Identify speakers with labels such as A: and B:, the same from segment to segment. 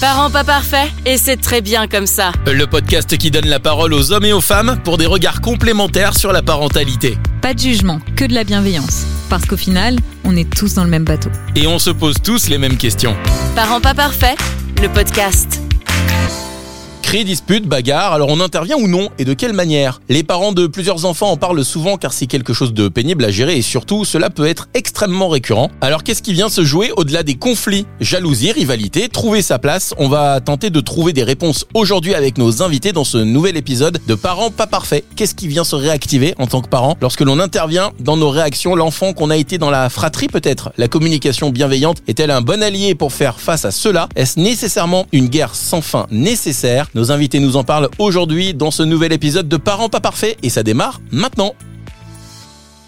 A: Parents pas parfaits, et c'est très bien comme ça.
B: Le podcast qui donne la parole aux hommes et aux femmes pour des regards complémentaires sur la parentalité.
C: Pas de jugement, que de la bienveillance. Parce qu'au final, on est tous dans le même bateau.
B: Et on se pose tous les mêmes questions.
A: Parents pas parfaits, le podcast.
B: Créer dispute, bagarre, alors on intervient ou non et de quelle manière Les parents de plusieurs enfants en parlent souvent car c'est quelque chose de pénible à gérer et surtout cela peut être extrêmement récurrent. Alors qu'est-ce qui vient se jouer au-delà des conflits Jalousie, rivalité, trouver sa place On va tenter de trouver des réponses aujourd'hui avec nos invités dans ce nouvel épisode de Parents pas parfaits. Qu'est-ce qui vient se réactiver en tant que parent lorsque l'on intervient dans nos réactions L'enfant qu'on a été dans la fratrie peut-être La communication bienveillante est-elle un bon allié pour faire face à cela Est-ce nécessairement une guerre sans fin nécessaire nos invités nous en parlent aujourd'hui dans ce nouvel épisode de Parents pas parfaits et ça démarre maintenant.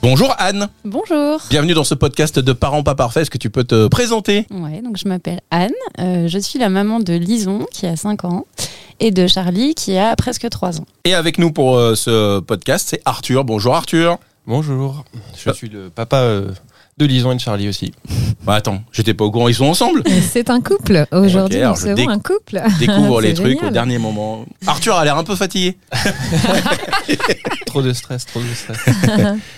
B: Bonjour Anne,
D: Bonjour.
B: bienvenue dans ce podcast de Parents pas parfaits. Est-ce que tu peux te présenter
D: Ouais, donc je m'appelle Anne. euh, je suis la maman de Lison qui a 5 ans et de Charlie qui a presque 3 ans.
B: Et avec nous pour euh, ce podcast, c'est Arthur. Bonjour Arthur.
E: Bonjour, je
B: Ah.
E: suis le papa euh, de Lison et de Charlie aussi.
B: Bah attends, j'étais pas au courant, ils sont ensemble.
C: C'est un couple. Aujourd'hui,
B: Ok, alors
C: nous
B: je
C: recevons
B: déc-
C: un couple.
B: Découvre
C: Ah, C'est
B: les trucs
C: génial.
B: au dernier moment. Arthur a l'air un peu fatigué.
E: Trop de stress, trop de stress.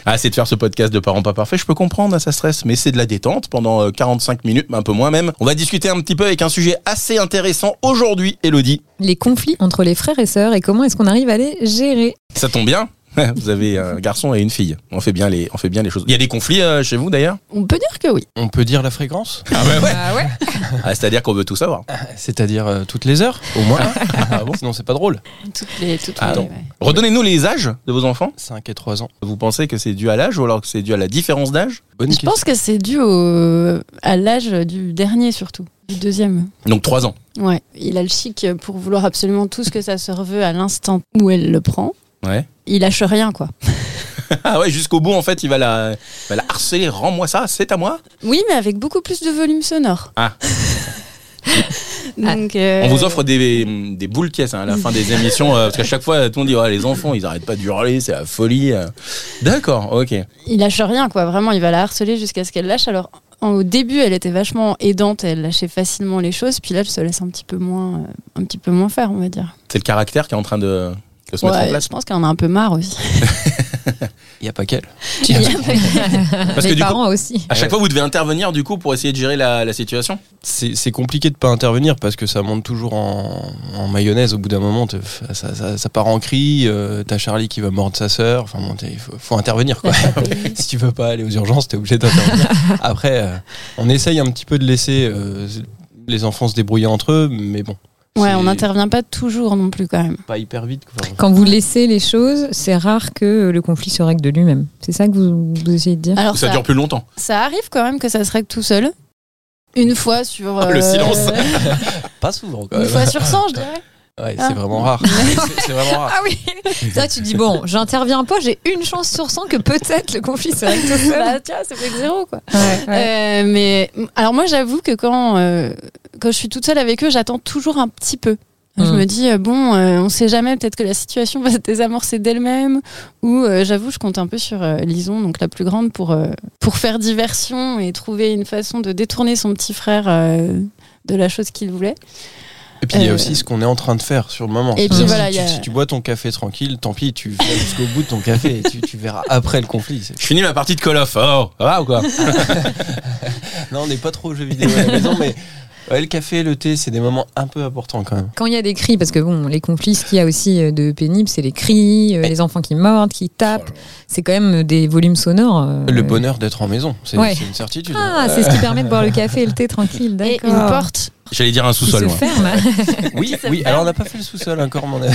B: Ah, c'est de faire ce podcast de parents pas parfaits, je peux comprendre, hein, ça stresse, mais c'est de la détente pendant euh, 45 minutes, mais un peu moins même. On va discuter un petit peu avec un sujet assez intéressant aujourd'hui, Elodie.
C: Les conflits entre les frères et sœurs et comment est-ce qu'on arrive à les gérer.
B: Ça tombe bien. Vous avez un garçon et une fille. On fait bien les, on fait bien les choses. Il y a des conflits euh, chez vous d'ailleurs
D: On peut dire que oui.
E: On peut dire la fréquence
B: Ah ouais, ouais.
C: Ah ouais
B: Ah, C'est-à-dire qu'on veut tout savoir.
E: C'est-à-dire euh, toutes les heures, au moins. Sinon, c'est pas drôle.
D: Toutes les, toutes
B: Ah
D: les-
B: non.
D: ouais.
B: Redonnez-nous les âges de vos enfants.
E: 5 et 3 ans.
B: Vous pensez que c'est dû à l'âge ou alors que c'est dû à la différence d'âge
E: Bonne
D: Je pense que c'est dû au- à l'âge du dernier surtout, du deuxième.
B: Donc 3 ans.
D: Ouais, il a le chic pour vouloir absolument tout ce que sa sœur veut à l'instant où elle le prend.
B: Ouais.
D: Il lâche rien quoi.
B: Ah ouais, jusqu'au bout en fait, il va la, il va la harceler. Rends-moi ça, c'est à moi.
D: Oui, mais avec beaucoup plus de volume sonore.
B: Ah.
D: Donc, euh,
B: On vous offre des, des boules caisses hein, à la fin des émissions euh, parce qu'à chaque fois, tout le monde dit oh, les enfants, ils arrêtent pas d'hurler, c'est la folie. euh. D'accord, ok.
D: il lâche rien, quoi. Vraiment, il va la harceler jusqu'à ce qu'elle lâche. Alors, en- au début, elle était vachement aidante, elle lâchait facilement les choses. Puis là, elle se laisse un petit peu moins, euh, un petit peu moins faire, on va dire.
B: C'est le caractère qui est en train de, de se mettre en
D: Ouais,
B: place.
D: je pense qu'elle en a un peu marre aussi.
E: Il n'y a pas qu'elle.
B: Parce que
C: Les
B: du coup,
C: parents aussi.
B: à chaque fois, vous devez intervenir du coup pour essayer de gérer la, la situation.
E: C'est c'est compliqué de pas intervenir parce que ça monte toujours en, en mayonnaise au bout d'un moment. te- Ça, ça- ça part en cri, euh, t'as Charlie qui va mordre sa sœur. Enfin, bon, t'es- il faut, faut intervenir quoi. si tu veux pas aller aux urgences, t'es obligé d'intervenir. Après, euh, on essaye un petit peu de laisser euh, les enfants se débrouiller entre eux, mais bon.
D: Ouais,
E: c'est
D: on n'intervient pas toujours non plus quand même.
E: Pas hyper vite. quoi.
C: Quand vous laissez les choses, c'est rare que le conflit se règle de lui-même. C'est ça que vous, vous essayez de dire
D: Alors
B: Ça
D: ça,
B: dure plus longtemps.
D: ça arrive quand même que ça se règle tout seul. Une fois sur
B: Ah,
D: euh,
B: le silence.
E: Pas souvent quand
D: une
E: même.
D: fois sur 100, je dirais.
E: Ouais,
D: Ah.
E: c'est vraiment rare. C'est- c'est vraiment rare.
C: Ah oui Ça, tu dis, bon, j'interviens pas, j'ai une chance sur 100 que peut-être le conflit se règle tout seul.
D: Bah, tiens, c'est fait que zéro quoi.
C: Ouais, ouais.
D: Euh, mais alors moi j'avoue que quand euh, quand je suis toute seule avec eux, j'attends toujours un petit peu. Je
C: Mm.
D: me dis euh, bon, euh, on sait jamais, peut-être que la situation va se désamorcer d'elle-même. Ou euh, j'avoue, je compte un peu sur euh, Lison, donc la plus grande, pour euh, pour faire diversion et trouver une façon de détourner son petit frère euh, de la chose qu'il voulait.
E: Et puis il y a
D: Euh.
E: aussi ce qu'on est en train de faire sur le moment.
D: Et
C: puis,
E: C'est-à-dire,
D: voilà,
E: si,
D: il y a-
E: tu, si tu bois ton café tranquille, tant pis, tu vas jusqu'au bout de ton café et tu, tu verras après le conflit. C'est-
B: Je finis ma partie de Call of. Oh, ça va ou quoi
E: Non, on n'est pas trop aux jeux vidéo à la maison, mais ouais, le café, le thé, c'est des moments un peu importants quand même.
C: Quand il y a des cris, parce que bon, les conflits, ce qu'il y a aussi euh, de pénible, c'est les cris, euh, les enfants qui mordent, qui
B: Oh
C: tapent. C'est quand même euh, des volumes sonores. euh,
E: Le bonheur d'être en maison, c'est
C: Ouais.
E: c'est une certitude. hein.
C: Ah, c'est ce qui permet de boire le café et le thé tranquille,
D: Et
C: d'accord.
D: une porte.
B: J'allais dire un
C: qui
B: sous-sol.
C: se
B: moi.
C: ferme.
E: oui, oui. Alors on n'a pas fait le sous-sol encore, mais on a...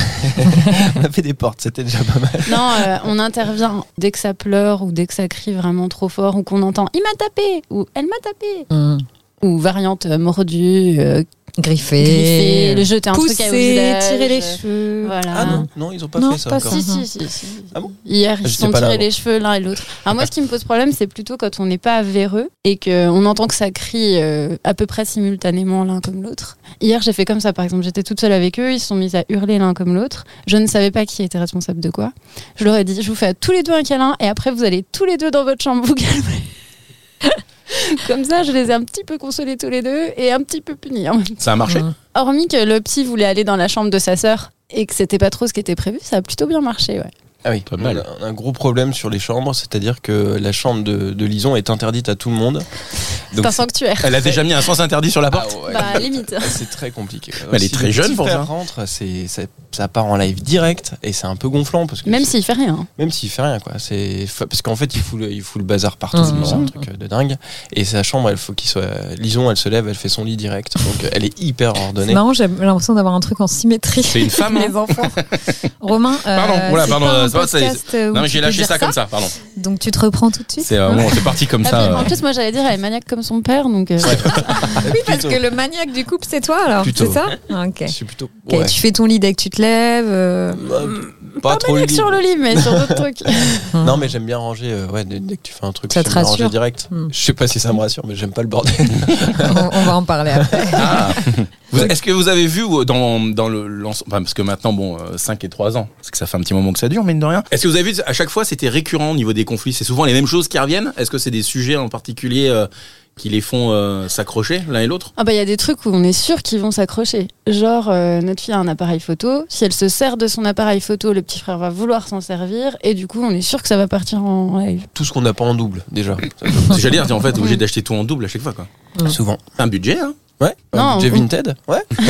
E: on a fait des portes, c'était déjà pas mal.
D: Non, euh, on intervient dès que ça pleure ou dès que ça crie vraiment trop fort ou qu'on entend il m'a tapé ou elle m'a tapé
C: Hum,
D: ou variante euh, mordue, euh,
C: Griffer, euh,
D: griffer, le jeter un truc à vos
C: pousser,
D: visages,
C: tirer les
D: euh,
C: cheveux.
D: Voilà.
E: Ah non, non, ils ont pas
C: Non,
E: fait ça
C: pas
E: encore.
C: ça.
D: Si, si, si, si.
E: Ah bon
D: Hier, ils se
E: J'étais
D: sont
E: pas là
D: tirés
E: avant.
D: les cheveux l'un et l'autre. Alors moi, ce qui me pose problème, c'est plutôt quand on n'est pas véreux et qu'on entend que ça crie euh, à peu près simultanément l'un comme l'autre. Hier, j'ai fait comme ça, par exemple. J'étais toute seule avec eux, ils se sont mis à hurler l'un comme l'autre. Je ne savais pas qui était responsable de quoi. Je leur ai dit, je vous fais à tous les deux un câlin et après, vous allez tous les deux dans votre chambre vous calmer. Comme ça, je les ai un petit peu consolés tous les deux et un petit peu punis. hein. en même temps.
B: Ça a marché
C: Ouais.
D: Hormis que le petit voulait aller dans la chambre de sa sœur et que c'était pas trop ce qui était prévu, ça a plutôt bien marché. Ouais.
E: Ah oui,
B: Pas mal.
E: On a un gros problème sur les chambres, c'est-à-dire que la chambre de, de Lison est interdite à tout le monde.
D: C'est un sanctuaire.
B: Elle a déjà mis un sens interdit sur la porte.
E: Ah ouais.
D: Bah, limite.
E: Ah, C'est très compliqué. quoi.
B: Mais elle est
E: Si
B: très
E: le
B: jeune
E: petit
B: pour
E: frère
B: ça.
E: rentre, c'est ça, ça part en live direct et c'est un peu gonflant parce que
D: Même
E: c'est-
D: s'il fait rien. hein.
E: même s'il fait rien quoi. C'est fa- parce qu'en fait il fout le, il fout le bazar partout.
C: Mhm.
E: C'est un truc euh, de dingue. Et sa chambre, elle faut qu'il soit Lison, elle se lève, elle fait son lit direct. Donc elle est hyper
C: C'est
E: ordonnée.
C: marrant, j'ai l'impression d'avoir un truc en symétrie.
B: C'est une femme, hein
C: Les enfants. Romain, euh,
B: Pardon, oula,
C: c'est
B: pardon,
C: pas un
B: c'est pas- c'est-
C: podcast, euh, où
B: Non mais
C: tu
B: j'ai
C: peux
B: lâché
C: dire
B: ça comme ça, pardon.
C: Donc tu te reprends tout de suite.
B: C'est euh, bon, c'est parti comme
D: Ah,
B: ça.
D: puis,
B: euh,
D: En plus, moi j'allais dire, elle est maniaque comme son père, donc. euh,
C: Ah Oui, parce
E: Ah, Plutôt.
C: que le maniaque du couple, c'est toi alors,
E: Plutôt.
C: c'est ça Ah, Ok.
E: Je suis plutôt.
C: Ok,
E: ouais.
C: Tu fais ton lit dès que tu te lèves. euh,
E: Bah,
D: Pas,
E: trop
D: maniaque
E: le lit.
D: sur le livre, mais sur d'autres trucs.
E: Non, mais j'aime bien ranger. euh, ouais, dès, dès que tu fais un truc,
C: Ça
E: j'aime
C: te
E: bien
C: rassure
E: ranger direct.
C: Mm.
E: Je sais pas si ça me rassure, mais j'aime pas le bordel.
C: on, on va en parler après.
B: Ah. Vous- Est-ce que vous avez vu euh, dans, dans le l'ensemble, enfin, parce que maintenant, bon, euh, 5 et 3 ans, parce que ça fait un petit moment que ça dure, mine de rien. Est-ce que vous avez vu, à chaque fois, c'était récurrent au niveau des conflits C'est souvent les mêmes choses qui reviennent Est-ce que c'est des sujets en particulier euh, qui les font euh, s'accrocher l'un et l'autre
D: Ah bah il y a des trucs où on est sûr qu'ils vont s'accrocher. Genre euh, notre fille a un appareil photo, si elle se sert de son appareil photo, le petit frère va vouloir s'en servir et du coup on est sûr que ça va partir en live.
E: Tout ce qu'on n'a pas en double, déjà.
C: Hmm.
B: Parce que J'allais dire, t'es en fait obligé d'acheter tout en double à chaque fois, quoi.
E: Souvent.
B: C'est un budget, hein
E: Ouais.
D: Non,
E: J'ai
D: on-
E: Vinted. Ouais.
B: Non,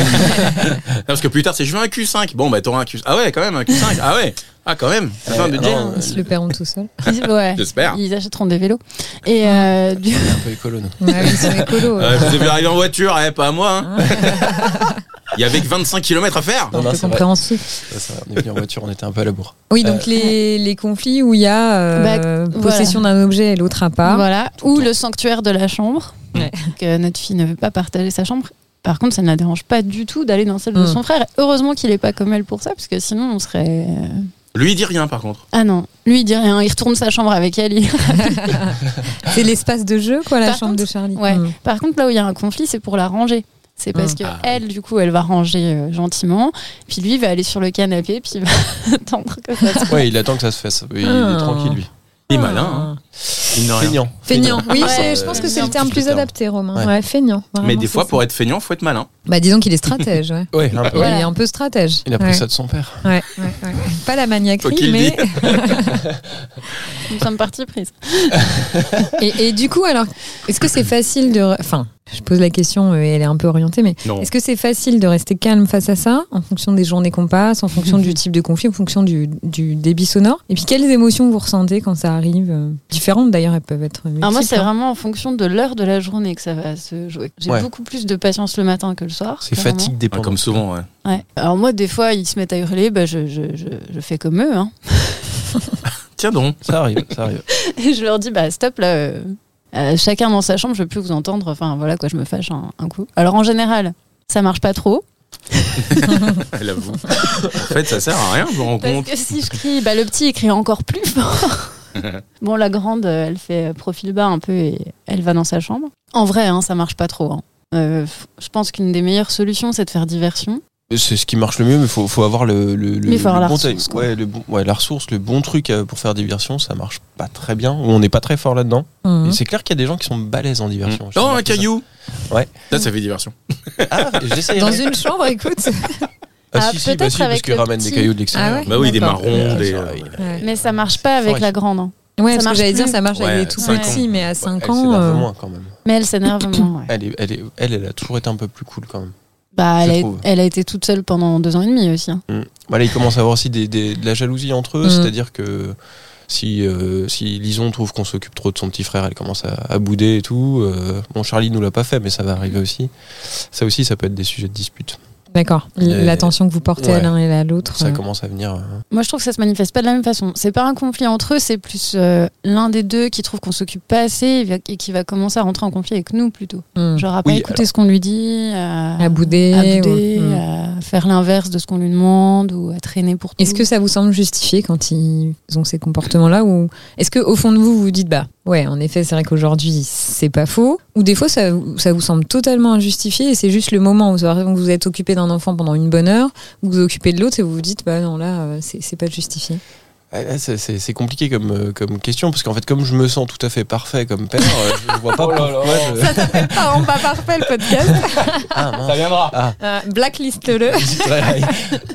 B: Parce que plus tard, c'est je veux un Q5. Bon, bah, t'auras un Q5. Ah ouais, quand même, un Q5. Ah ouais. Ah, quand même. Ça fait un
E: Ouais,
B: budget.
E: Euh, non,
C: Ils se hein, le paieront tout seul.
D: Ouais.
B: J'espère.
D: Ils achèteront des vélos. Et euh, du-
E: on est un peu écolo, nous.
C: Ouais, ils sont écolos.
B: Ouais, Euh, je vous ai vu arriver en voiture, eh, pas à moi. hein. Il y avait que 25 km à faire.
E: Non,
C: un
E: non,
C: peu
E: c'est vrai.
C: compréhensif.
E: Ça, ça va. On est venu en voiture, on était un peu à la bourre.
C: Oui, donc les, les conflits où il y a euh,
D: Bah,
C: possession d'un objet et l'autre à part.
D: voilà, ou le sanctuaire de la chambre.
C: Ouais.
D: Donc, euh, notre fille ne veut pas partager sa chambre. Par contre, ça ne la dérange pas du tout d'aller dans celle de
C: Mm.
D: son frère. Heureusement qu'il est pas comme elle pour ça, parce que sinon on serait. euh,
B: Lui, il dit rien, par contre.
D: Ah non, lui il dit rien, il retourne sa chambre avec elle, il
C: C'est l'espace de jeu, quoi, la
D: Par
C: chambre
D: contre,
C: de Charlie.
D: ouais.
C: Mm.
D: Par contre, là où il y a un conflit, c'est pour la ranger. C'est parce
C: Mm.
D: que
B: Ah.
D: elle, du coup, elle va ranger euh, gentiment, puis lui va aller sur le canapé, puis il va attendre que ça. se-
E: Ouais, il attend que ça se fasse. Il
C: Ah.
E: est tranquille, lui.
B: Il est malin. Hein. Il n'a rien.
E: Feignant.
C: Feignant. Oui,
D: Ouais,
C: c'est- je pense que c'est le
D: feignant.
C: terme plus
E: Feignant.
C: adapté, Romain. Ouais,
E: Ouais.
C: feignant.
B: Mais
C: vraiment,
B: des
C: c'est
B: fois,
C: Ah, ça.
B: pour être feignant, faut être malin.
C: Bah, disons qu'il est stratège, ouais.
E: Ouais, un peu.
D: Voilà.
C: Il est un peu stratège.
E: Il a pris
C: Ouais.
E: ça de son père.
C: Ouais, ouais, ouais. Pas la
B: Faut
C: maniaquerie,
B: qu'il
C: mais.
D: Nous sommes partie prise.
C: Et, et du coup, alors, est-ce que c'est facile de. Enfin, je pose la question euh, et elle est un peu orientée, mais
B: Non.
C: est-ce que c'est facile de rester calme face à ça, en fonction des journées qu'on passe, en fonction du type de conflit, en fonction du, du débit sonore Et puis, quelles émotions vous ressentez quand ça arrive euh, Différentes d'ailleurs, elles peuvent être. Multiples,
D: Alors Ah, moi, c'est
C: hein.
D: vraiment en fonction de l'heure de la journée que ça va se jouer. J'ai
E: Ouais.
D: beaucoup plus de patience le matin que le soir.
E: C'est
D: clairement.
E: fatigue
B: Ouais,
E: dépendant.
B: Hein, Ah, comme souvent, ouais.
D: Ouais. Alors moi, des fois, ils se mettent à hurler, bah, je, je, je, je fais comme eux. Hein.
B: Tiens donc.
E: Ça arrive, ça arrive.
D: Et je leur dis, bah stop là. euh, euh, chacun dans sa chambre, je veux plus vous entendre. Enfin voilà quoi, je me fâche un, un coup. Alors en général, ça marche pas trop.
B: Elle avoue. en fait, ça sert à rien, je me rends
D: Parce
B: compte.
D: que si je crie, bah, le petit il crie encore plus fort. bon, la grande, euh, elle fait euh, profil bas un peu et elle va dans sa chambre. En vrai, hein, ça marche pas trop. hein. Euh, f- je pense qu'une des meilleures solutions, c'est de faire diversion.
E: C'est ce qui marche le mieux, mais faut, faut avoir le, le, le-
D: Mais faut avoir
E: le
D: la
E: bon
D: ressource,
E: taille.
D: quoi.
E: Ouais, le bon- ouais, la ressource, le bon truc euh, pour faire diversion, ça marche pas très bien. ou On n'est pas très fort là-dedans.
C: Mhm.
E: Et C'est clair qu'il y a des gens qui sont balèzes en diversion. J'ai
B: Oh, un
E: remarqué ça.
B: caillou
E: Ouais.
B: Là, ça fait diversion.
E: Ah, j'essaye.
C: Dans une chambre, écoute.
E: Ah,
D: Ah,
E: si, si, bah,
D: peut-être
E: si, parce
D: avec
E: qu'ils
D: le
E: ramènent des
D: petit.
E: cailloux de l'extérieur.
C: Ah ouais
B: Bah oui, des
C: D'accord.
B: marrons,
E: Ouais,
B: des.
E: ça,
B: euh,
E: oui.
B: ouais.
C: Ouais,
D: Mais ça marche pas avec
E: Faudrait
D: la
E: que-
D: grande. hein.
C: Ouais, parce
D: marche
C: que j'allais
D: plus.
C: dire, ça marche
B: Ouais,
C: avec les tout
B: cinq
C: petits,
B: ans.
C: mais à 5
E: elle
C: ans.
E: s'énerve
C: euh,
E: moins quand même.
D: Mais elle s'énerve moins. ouais.
E: Elle, est- elle, est- elle, elle a toujours été un peu plus cool quand même.
D: Bah,
E: Je
D: elle, a,
E: trouve.
D: elle a été toute seule pendant deux ans et demi aussi. hein.
E: Voilà, Bah, ils commencent à avoir aussi des, des- de la jalousie entre eux,
C: Mm.
E: c'est-à-dire que si, euh, si Lison trouve qu'on s'occupe trop de son petit frère, elle commence à, à bouder et tout. euh, bon, Charlie nous l'a pas fait, mais ça va arriver aussi. Ça aussi, ça peut être des sujets de dispute.
C: D'accord.
E: Et-
C: L'attention que vous portez à
E: Ouais.
C: l'un et à l'autre.
E: Ça
C: euh,
E: commence à venir. euh,
D: Moi, je trouve que ça se manifeste pas de la même façon. C'est pas un conflit entre eux, c'est plus euh, l'un des deux qui trouve qu'on s'occupe pas assez et va- et qui va commencer à rentrer en conflit avec nous plutôt.
C: hmm.
D: Genre à pas
E: Oui,
D: écouter ce qu'on lui dit, à,
C: à bouder.
D: à bouder,
C: ou- hmm.
D: à faire l'inverse de ce qu'on lui demande ou à traîner pour tout.
C: Est-ce que ça vous semble justifié quand ils ont ces comportements-là ou est-ce que au fond de vous vous vous dites bah ouais en effet c'est vrai qu'aujourd'hui c'est pas faux ou des fois ça, vous- ça vous semble totalement injustifié et c'est juste le moment où par exemple, vous êtes occupé d'un enfant pendant une bonne heure vous vous occupez de l'autre et vous vous dites bah non là euh, c'est c'est pas justifié
E: Ah, là, c'est- C'est c'est compliqué comme, euh, comme question, parce qu'en fait, comme je me sens tout à fait parfait comme père, euh, je vois pas
B: Oh là là.
E: pourquoi je...
C: Ça s'appelle Parents Ah, pas parfait le podcast.
E: Ah, mince.
B: Ça viendra.
C: Euh, Blacklist-le.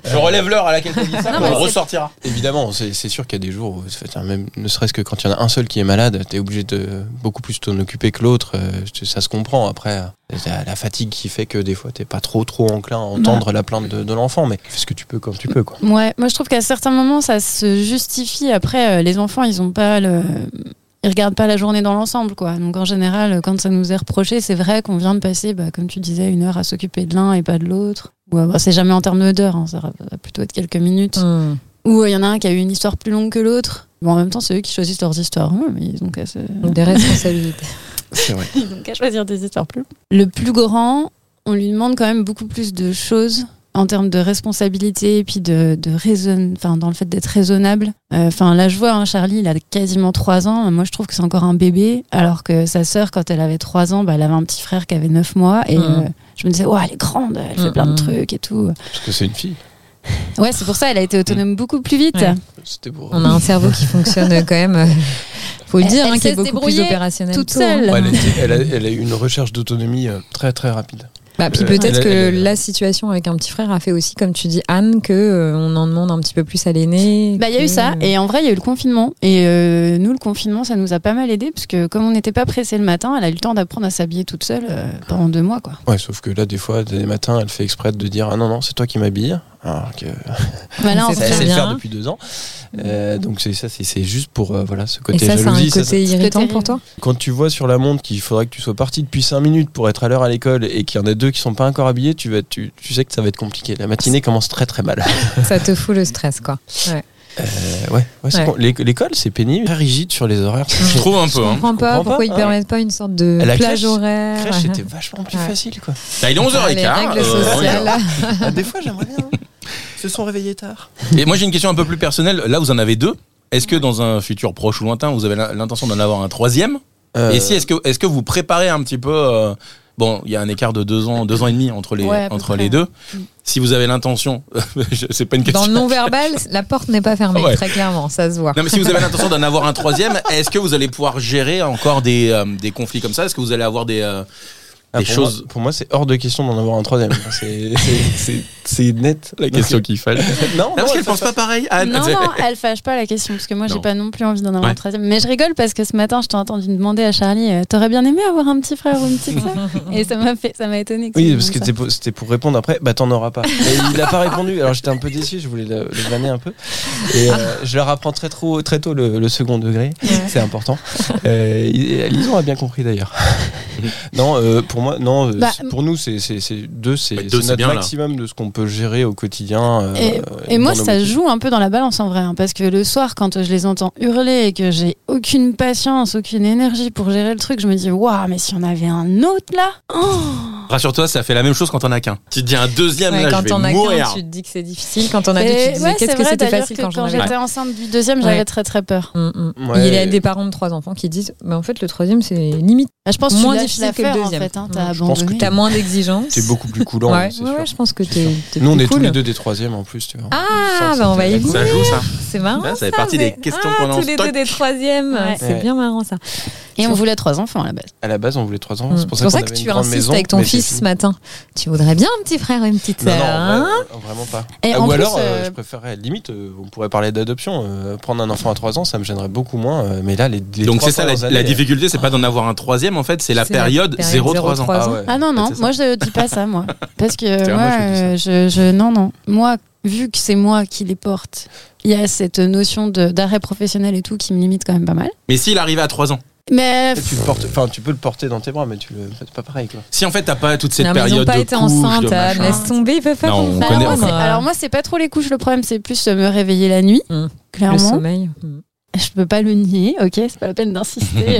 B: Je relève l'heure à laquelle tu dit ça,
C: Non,
B: on
C: mais c'est-
B: ressortira.
E: Évidemment, c'est c'est sûr qu'il y a des jours où, en fait, hein, même, ne serait-ce que quand il y en a un seul qui est malade, t'es obligé de beaucoup plus t'en occuper que l'autre. euh, tu- ça se comprend. Après, euh, t'as la fatigue qui fait que des fois, t'es pas trop trop enclin à entendre la plainte de, de l'enfant, mais fais ce que tu peux comme tu peux, quoi.
D: Ouais, moi je trouve qu'à certains moments ça se justifie. Après, euh, les enfants, ils ont pas le, ils regardent pas la journée dans l'ensemble, quoi. Donc en général, euh, quand ça nous est reproché, c'est vrai qu'on vient de passer, bah, comme tu disais, une heure à s'occuper de l'un et pas de l'autre. Ou euh, bah, c'est jamais en termes d'heures, hein, ça va va plutôt être quelques minutes.
C: Hum.
D: Ou euh, il y en a un qui a eu une histoire plus longue que l'autre. Bon, en même temps, c'est eux qui choisissent leurs histoires. hein, mais ils ont qu'à se-
C: Des responsabilités.
E: C'est vrai.
D: ils n'ont qu'à choisir des histoires plus longues. Le plus grand, on lui demande quand même beaucoup plus de choses en termes de responsabilité et puis de, de raison, enfin dans le fait d'être raisonnable. Euh, Enfin là, je vois hein, Charlie, il a quasiment 3 ans. Moi, je trouve que c'est encore un bébé, alors que sa sœur, quand elle avait 3 ans, bah, elle avait un petit frère qui avait 9 mois et
C: Mhm.
D: euh, je me disais, ouais, elle est grande, elle fait
C: Mhm.
D: plein de trucs et tout.
E: Parce que c'est une fille.
D: Ouais, c'est pour ça, elle a été autonome beaucoup plus vite.
C: Ouais.
E: C'était pour.
C: On a un cerveau qui fonctionne quand même. euh, Faut le
D: Elle-
C: dire,
D: elle
C: hein, qui
D: sait
C: est
D: se
C: beaucoup plus
D: débrouiller
C: opérationnel.
D: toute
C: tôt, hein.
D: seule.
E: Ouais, elle, a été- elle a, elle a eu une recherche d'autonomie euh, très très rapide.
C: Bah, puis
E: Euh,
C: peut-être
E: elle-
C: que
E: elle- elle-
C: la situation avec un petit frère a fait aussi, comme tu dis, Anne, que euh, on en demande un petit peu plus à l'aîné.
D: Bah, il y a
C: que- euh,
D: eu ça, et en vrai, il y a eu le confinement. Et euh, nous, le confinement, ça nous a pas mal aidé, parce que comme on n'était pas pressé le matin, elle a eu le temps d'apprendre à s'habiller toute seule euh, pendant deux mois, quoi.
E: Ouais, sauf que là, des fois, des matins, elle fait exprès de dire Ah non, non, c'est toi qui m'habilles. Alors que
D: Bah, là, en
C: C'est
E: elle
D: fait,
E: sait
C: très
E: le faire
C: bien.
E: depuis deux ans. Euh, donc c'est ça, c'est- c'est juste pour euh, voilà, ce
C: Et
E: côté
C: ça, c'est un
E: jalousie. ça, ça-
C: côté irritant
D: terrible.
C: pour toi
E: Quand tu vois sur la montre qu'il faudrait que tu sois parti depuis 5 minutes pour être à l'heure à l'école et qu'il y en a deux qui sont pas encore habillés, tu, vas, tu, tu sais que ça va être compliqué. La matinée commence très très mal.
C: Ça te fout le stress, quoi.
E: Euh, ouais, ouais, c'est
C: Ouais.
E: con. L'é- L'école, c'est pénible, très rigide sur les horaires.
B: Je trouve un peu.
C: Je
B: Hein.
C: comprends pas
E: comprends
C: pourquoi
E: pas,
C: ils
E: hein.
C: permettent pas une sorte de
E: À la
C: plage
E: crèche-
C: horaire.
E: crèche, c'était vachement plus
C: Ouais.
E: facile. quoi.
B: Là, il est
C: Ah,
B: 11h15.
C: les règles
B: euh, on y va.
C: sociales.
E: Ah, des fois, j'aimerais bien. hein. Ils se sont réveillés tard.
B: Et moi, j'ai une question un peu plus personnelle. Là, vous en avez deux. Est-ce que dans un futur proche ou lointain, vous avez l'in- l'intention d'en avoir un troisième
E: Euh.
B: Et si, est-ce que, est que vous préparez un petit peu euh, Bon, il y a un écart de deux ans, deux ans et demi entre les,
D: Ouais, à peu
B: entre
D: près.
B: les deux. Si vous avez l'intention, je- c'est pas une question.
C: Dans le non-verbal, la porte n'est pas fermée,
B: Ouais.
C: très clairement, ça se voit.
B: Non, mais si vous avez l'intention d'en avoir un troisième, est-ce que vous allez pouvoir gérer encore des, euh, des conflits comme ça Est-ce que vous allez avoir des, euh,
E: Ah,
B: des
E: pour
B: choses
E: moi- pour moi, c'est hors de question d'en avoir un troisième. C'est- c'est- c'est- C'est net la
B: question
E: qu'il fallait. Non,
B: Non, parce
E: non,
B: qu'elle pense pas pareil, Anne.
D: Non, non, elle fâche pas la question, parce que moi, j'ai
B: Non.
D: pas non plus envie d'en avoir
B: Ouais.
D: un troisième. Mais je rigole parce que ce matin, je t'ai entendu demander à Charlie, euh, t'aurais bien aimé avoir un petit frère ou une petite sœur Et ça m'a fait, ça m'a étonné.
E: Oui, parce que c'était pour- c'était pour répondre après, bah t'en auras pas. Et il n'a pas répondu, alors j'étais un peu déçu, je voulais le, le vanner un peu. Et euh, je leur apprends très, trop, très tôt le, le second degré, c'est important. Euh, ils- Lison a bien compris d'ailleurs. non, euh, pour moi, non, euh,
D: Bah,
E: c'est- pour nous, c'est c'est- c'est- deux, c'est
B: Bah, deux,
E: c'est
B: c'est
E: notre
B: bien, là.
E: maximum de ce qu'on peut gérer au quotidien. euh,
D: Et
E: dans
D: moi,
E: nos
D: ça
E: métiers.
D: joue un peu dans la balance en vrai, hein, parce que le soir, quand je les entends hurler et que j'ai aucune patience, aucune énergie pour gérer le truc, je me dis waouh, mais si on avait un autre là,
B: Rassure-toi, ça fait la même chose quand on a qu'un. Tu te dis un deuxième,
C: Ouais,
B: là,
C: quand
B: je vais
C: on a
B: mourir.
C: qu'un, tu te dis que c'est difficile. Quand on a deux,
D: Mais
C: tu te disais
D: ouais, c'est
C: qu'est-ce que
D: vrai,
C: c'était
D: d'ailleurs
C: facile
D: que
C: quand j'en avais
D: j'étais enceinte du deuxième, j'avais
C: Ouais.
D: très très peur.
C: Mm, mm.
E: Ouais.
C: Il y a des parents de trois enfants qui disent mais en fait le troisième c'est limite
D: Ah, je pense que
C: Moins
D: tu lâches
C: difficile que le
D: l'affaire en
C: deuxième.
D: fait, hein,
C: Ouais,
D: t'as
E: je pense que
D: abandonné.
C: t'as moins d'exigence
E: T'es beaucoup plus coulant,
C: ouais,
E: c'est
C: ouais,
E: sûr.
C: ouais, je pense que
E: C'est
C: t'es t'es
E: Nous, on
C: plus
E: est
C: cool.
E: tous les deux des troisièmes en plus, tu vois.
C: ah
E: Ça,
C: bah on
E: c'est
C: va y
E: intéressant.
C: goûter
B: Ça joue, ça.
C: c'est marrant
B: Là, ça fait
C: ça,
B: partie
C: c'est-
B: des questions
C: ah,
B: qu'on a en
C: tous les
B: stock.
C: deux des troisièmes
D: Ouais.
C: c'est
E: Ouais.
C: bien marrant ça
D: Et on voulait trois enfants à la base.
E: À la base, on voulait trois ans.
C: Mm.
E: C'est pour ça, qu'on
C: que
E: avait une
C: tu
E: grande
C: insistes
E: maison,
C: avec ton
E: mais c'est
C: fils
E: fini.
C: ce matin tu voudrais bien un petit frère et une petite
E: Non, non,
C: sœur hein
E: en vrai, euh, vraiment pas.
D: Et
E: Ah,
D: en
E: ou
D: plus,
E: alors, euh,
D: euh,
E: je préférerais, limite, euh, on pourrait parler d'adoption. euh, prendre un enfant à 3 ans, ça me gênerait beaucoup moins. euh, mais là, les, les
B: Donc
E: trois
B: c'est ça la,
E: premières
B: la
E: années, euh,
B: difficulté, c'est pas d'en avoir un troisième en fait, c'est la
C: C'est la
B: période
C: période
B: 0-3 ans.
E: euh,
C: 0-3
E: ah
C: ans.
E: ouais.
D: Ah non, non,
B: c'est ça.
D: moi je dis pas ça, moi. Parce que
B: Tiens,
D: moi,
B: moi, je dis ça.
D: euh, je, je- Non, non. Moi, vu que c'est moi qui les porte, il y a cette notion de- d'arrêt professionnel et tout qui me limite quand même pas mal.
B: Mais s'il arrivait à 3 ans,
D: Mais.
E: Tu, le portes, enfin, tu peux le porter dans tes bras, mais tu le, c'est pas pareil. Quoi.
B: si en fait t'as pas toute cette
C: non, mais ils
B: période
C: n'ont pas
B: de
C: été
B: couche, de
C: enceintes ah,
B: machin.
C: mais laisse tomber ils peuvent pas
B: Non, on
C: comprendre.
B: connaît, on
D: alors, bah, moi, c'est- alors moi, c'est pas trop les couches le problème, c'est plus euh, me réveiller la nuit,
C: Hum. le
D: clairement.
C: sommeil Mm.
D: Je peux pas le nier, ok, c'est pas la peine d'insister.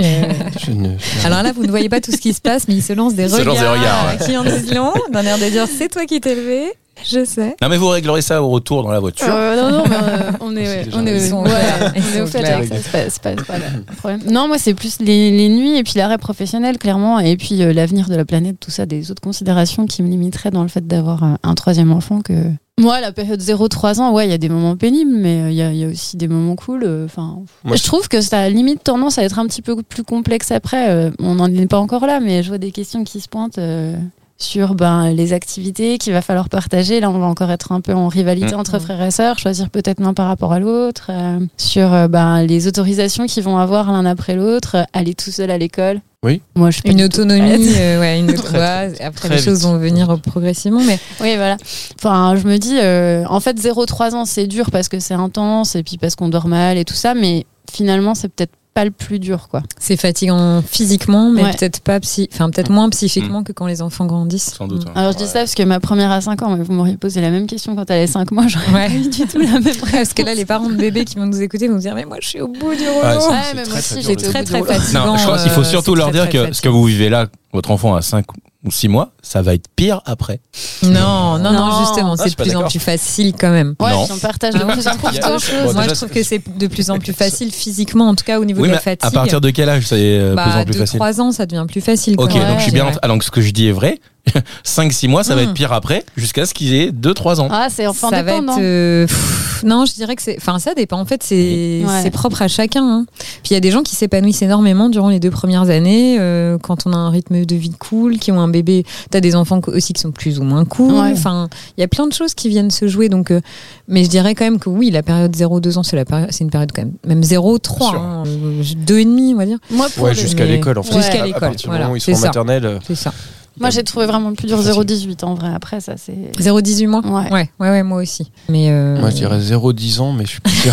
D: euh,
E: Je ne- je-
C: alors là vous ne voyez pas tout ce qui se passe mais il se lance des
B: Il se lance
C: regards
B: des regards, ouais.
C: qui en disent long d'un air de dire c'est toi qui t'es levé Je sais.
B: Non, mais vous réglerez ça au retour dans la voiture.
D: Euh, non, non, mais, euh, on est, ouais,
E: déjà
D: on est,
E: arrivé.
C: Ils sont
D: ouais,
C: clairs. Ils
D: on est au
C: sont
D: fait
C: clairs.
D: avec ça. C'est pas, c'est pas- c'est pas le problème. Non, moi, c'est plus les, les nuits et puis l'arrêt professionnel, clairement, et puis euh, l'avenir de la planète, tout ça, des autres considérations qui me limiteraient dans le fait d'avoir euh, un troisième enfant que. Moi, la période 0-3 ans, ouais, il y a des moments pénibles, mais euh, il y a- il y, a aussi des moments cool. euh, Enfin,
E: Moi,
D: je trouve que ça a limite tendance à être un petit peu plus complexe après. euh, on n'en est pas encore là, mais je vois des questions qui se pointent. euh, sur ben, les activités qu'il va falloir partager. Là, on va encore être un peu en rivalité
E: Mm.
B: Mhm.
D: entre frères et sœurs, choisir peut-être l'un par rapport à l'autre, euh, sur euh, ben, les autorisations qu'ils vont avoir l'un après l'autre, euh, aller tout seul à l'école.
E: Oui.
D: Moi, je suis pas
C: Une
D: du tout-
C: autonomie, euh, ouais, une
E: Très,
C: ouais, après
E: très
C: les choses
E: vite.
C: vont venir progressivement, mais
D: Oui, voilà. Enfin, je me dis, euh, en fait, 0-3 ans, c'est dur parce que c'est intense et puis parce qu'on dort mal et tout ça, mais finalement, c'est peut-être pas le plus dur, quoi.
C: c'est fatigant physiquement, mais
D: Ouais.
C: peut-être pas psy, enfin peut-être moins psychiquement que quand les enfants grandissent.
B: Mm. Sans doute. hein.
D: Alors,
E: euh,
D: je dis ça parce que ma première à 5 ans, mais vous m'auriez posé la même question quand elle avait 5 mois, j'aurais
C: Ouais.
D: pas eu du tout la
C: Mm.
D: même
C: Parce que là, les parents de bébés qui vont nous écouter vont nous dire mais moi je suis au bout du rouleau.
E: Ah, c'est-
D: Ouais, mais
E: très,
D: moi
E: très
D: aussi,
E: dur,
D: j'étais
E: le
D: très,
C: boulot.
D: très fatiguée.
B: Non, je crois qu'il
C: euh,
B: faut surtout
C: c'est
B: leur
C: très,
B: dire
C: très
B: que ce
C: facile.
B: que vous vivez là, votre enfant à 5 ou 6 mois, ça va être pire après.
C: Non, non, non,
D: Non.
C: justement,
E: Ah, je
C: c'est
E: suis
C: de
E: pas
C: plus en
E: d'accord.
C: plus facile quand même.
D: Ouais,
B: Non.
D: puis on partage de
C: Ah ouais.
D: plus en
C: Il
D: plus
E: y a-
D: de
E: bon,
D: choses.
C: Moi,
E: déjà,
C: je trouve
E: c'est-
C: que c'est de plus en plus facile physiquement, en tout cas au niveau
B: Oui,
C: de
B: mais
C: la fatigue.
B: à partir de quel âge ça est de plus
C: bah,
B: en plus
C: de
B: facile
C: 3 ans, ça devient plus facile.
B: Ok,
C: quand même,
B: donc je suis
C: dirais.
B: bien. Ah, donc ce que je dis est vrai. 5-6 mois, ça va
C: Hmm.
B: être pire après, jusqu'à ce qu'il ait 2-3 ans.
D: Ah, c'est enfin
C: ça va
D: dépendant.
C: être euh, pff, non je dirais que c'est enfin ça dépend en fait c'est
D: Ouais.
C: c'est propre à chacun hein. puis il y a des gens qui s'épanouissent énormément durant les deux premières années euh, quand on a un rythme de vie cool qui ont un bébé t'as des enfants co- aussi qui sont plus ou moins cool
D: Ouais.
C: enfin il y a plein de choses qui viennent se jouer donc euh, mais je dirais quand même que oui la période 0-2 ans c'est la période c'est une période quand même même 0-3
E: Bien sûr.
C: hein, euh, deux et demi on va dire
D: Moi, pour
E: Ouais,
D: le-
E: jusqu'à
C: mais-
E: l'école en fait.
D: Jusqu'à
E: À-
C: l'école,
E: À partir du
C: voilà,
E: moment où ils
C: c'est
E: sont en
C: ça.
E: maternelle. euh,
C: c'est ça
D: moi, j'ai trouvé vraiment le plus dur
E: Facile.
D: 0,18 en vrai. Après, ça, c'est.
C: 0-18 mois
D: Ouais.
C: ouais ouais ouais, moi aussi mais euh,
E: Moi je dirais 0-10 ans, mais je suis pas sûr.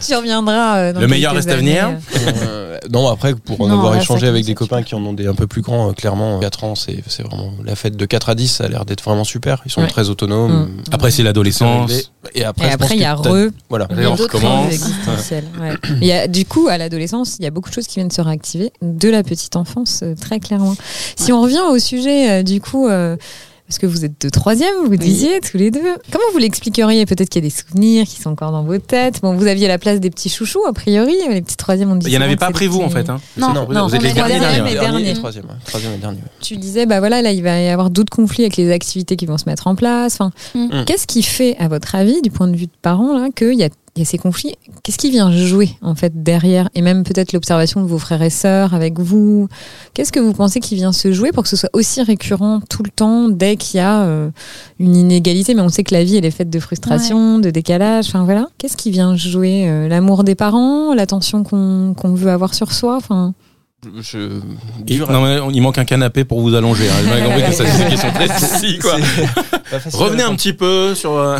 C: tu reviendras euh, dans
B: Le meilleur
C: quelques
B: reste à
C: années,
B: venir.
C: euh.
E: Euh, non, après, pour en
D: Non,
E: avoir
D: là, ça
E: échangé avec
D: commence
E: des
D: à
E: copains qui en ont des un peu plus grands, euh, clairement, 4 ans, c'est c'est vraiment la fête de 4 à 10, ça a l'air d'être vraiment super. Ils sont
C: Ouais. Mm.
E: très autonomes.
B: Après, c'est l'adolescence.
E: Et après,
C: et
E: je
C: après
E: pense
C: il y
E: que
C: a
E: t'as-
C: re
E: Voilà.
B: Et on recommence.
C: existentielles, ouais. Il y a, du coup, à l'adolescence, il y a beaucoup de choses qui viennent se réactiver de la petite enfance, euh, très clairement. Si on revient au sujet, euh, du coup, euh, parce que vous êtes de troisième, vous disiez tous les deux. Comment vous l'expliqueriez Peut-être qu'il y a des souvenirs qui sont encore dans vos têtes. Bon, vous aviez la place des petits chouchous, a priori. Les petits troisièmes, on dit
B: Il n'y en
C: souvent
B: avait
C: que
B: pas
C: c'est
B: après
C: les
B: vous, en
C: petits-
B: fait. hein.
D: Non,
E: Non,
B: vous êtes
D: on
B: les
D: est
B: derniers.
C: derniers,
B: là.
C: mais- dernier.
E: Troisième, ouais. troisième et dernier.
C: Tu disais, bah voilà, là, il va y avoir d'autres conflits avec les activités qui vont se mettre en place. Enfin,
D: Mm.
C: Qu'est-ce qui fait, à votre avis, du point de vue de parents, là, qu'il y a, il y a ces conflits Qu'est-ce qui vient jouer, en fait, derrière Et même peut-être l'observation de vos frères et sœurs avec vous. Qu'est-ce que vous pensez qui vient se jouer pour que ce soit aussi récurrent tout le temps, dès qu'il y a euh, une inégalité Mais on sait que la vie, elle est faite de frustration, de décalage. Enfin, voilà. Qu'est-ce qui vient jouer Euh, L'amour des parents L'attention qu'on qu'on veut avoir sur soi Enfin,
E: Je...
B: Et-
E: Dur à-
B: non, mais on- il manque un canapé pour vous allonger. hein. J'ai bien compris que ça, c'est une question très précise, quoi.
E: C'est pas facile à
B: Revenez un petit peu sur. euh,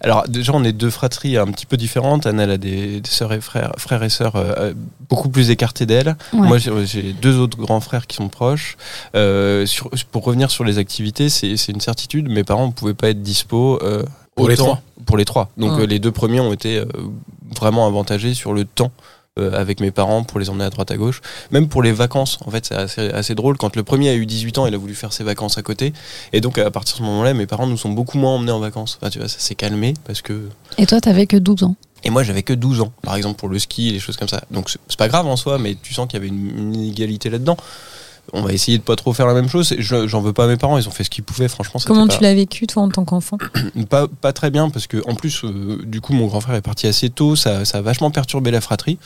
E: Alors déjà, on est deux fratries un petit peu différentes. Anne, elle a des, des sœurs et frères, frères et sœurs euh, euh, beaucoup plus écartés d'elle.
D: Ouais.
E: Moi, j'ai- j'ai deux autres grands frères qui sont proches. Euh, sur- pour revenir sur les activités, c'est c'est une certitude. Mes parents ne pouvaient pas être dispo. euh,
B: Pour les
E: autant-
B: trois.
E: Pour les trois. Donc
C: Ouais.
E: euh, les deux premiers ont été euh, vraiment avantagés sur le temps. euh, avec mes parents pour les emmener à droite à gauche, même pour les vacances. En fait, c'est assez, assez drôle. Quand le premier a eu 18 ans, il a voulu faire ses vacances à côté, et donc à partir de ce moment-là, mes parents nous sont beaucoup moins emmenés en vacances. Enfin, tu vois, ça s'est calmé parce que
D: Et toi, t'avais que 12 ans.
E: et moi, j'avais que 12 ans, par exemple, pour le ski, les choses comme ça. Donc, c'est c'est pas grave en soi, mais tu sens qu'il y avait une, une inégalité là-dedans. On va essayer de pas trop faire la même chose. Et je- J'en veux pas à mes parents, ils ont fait ce qu'ils pouvaient, franchement. c'était
C: comment
E: pas-
C: tu l'as vécu, toi, en tant qu'enfant
E: pas, pas très bien parce que en plus euh, du coup mon grand frère est parti assez tôt ça, ça a vachement perturbé la fratrie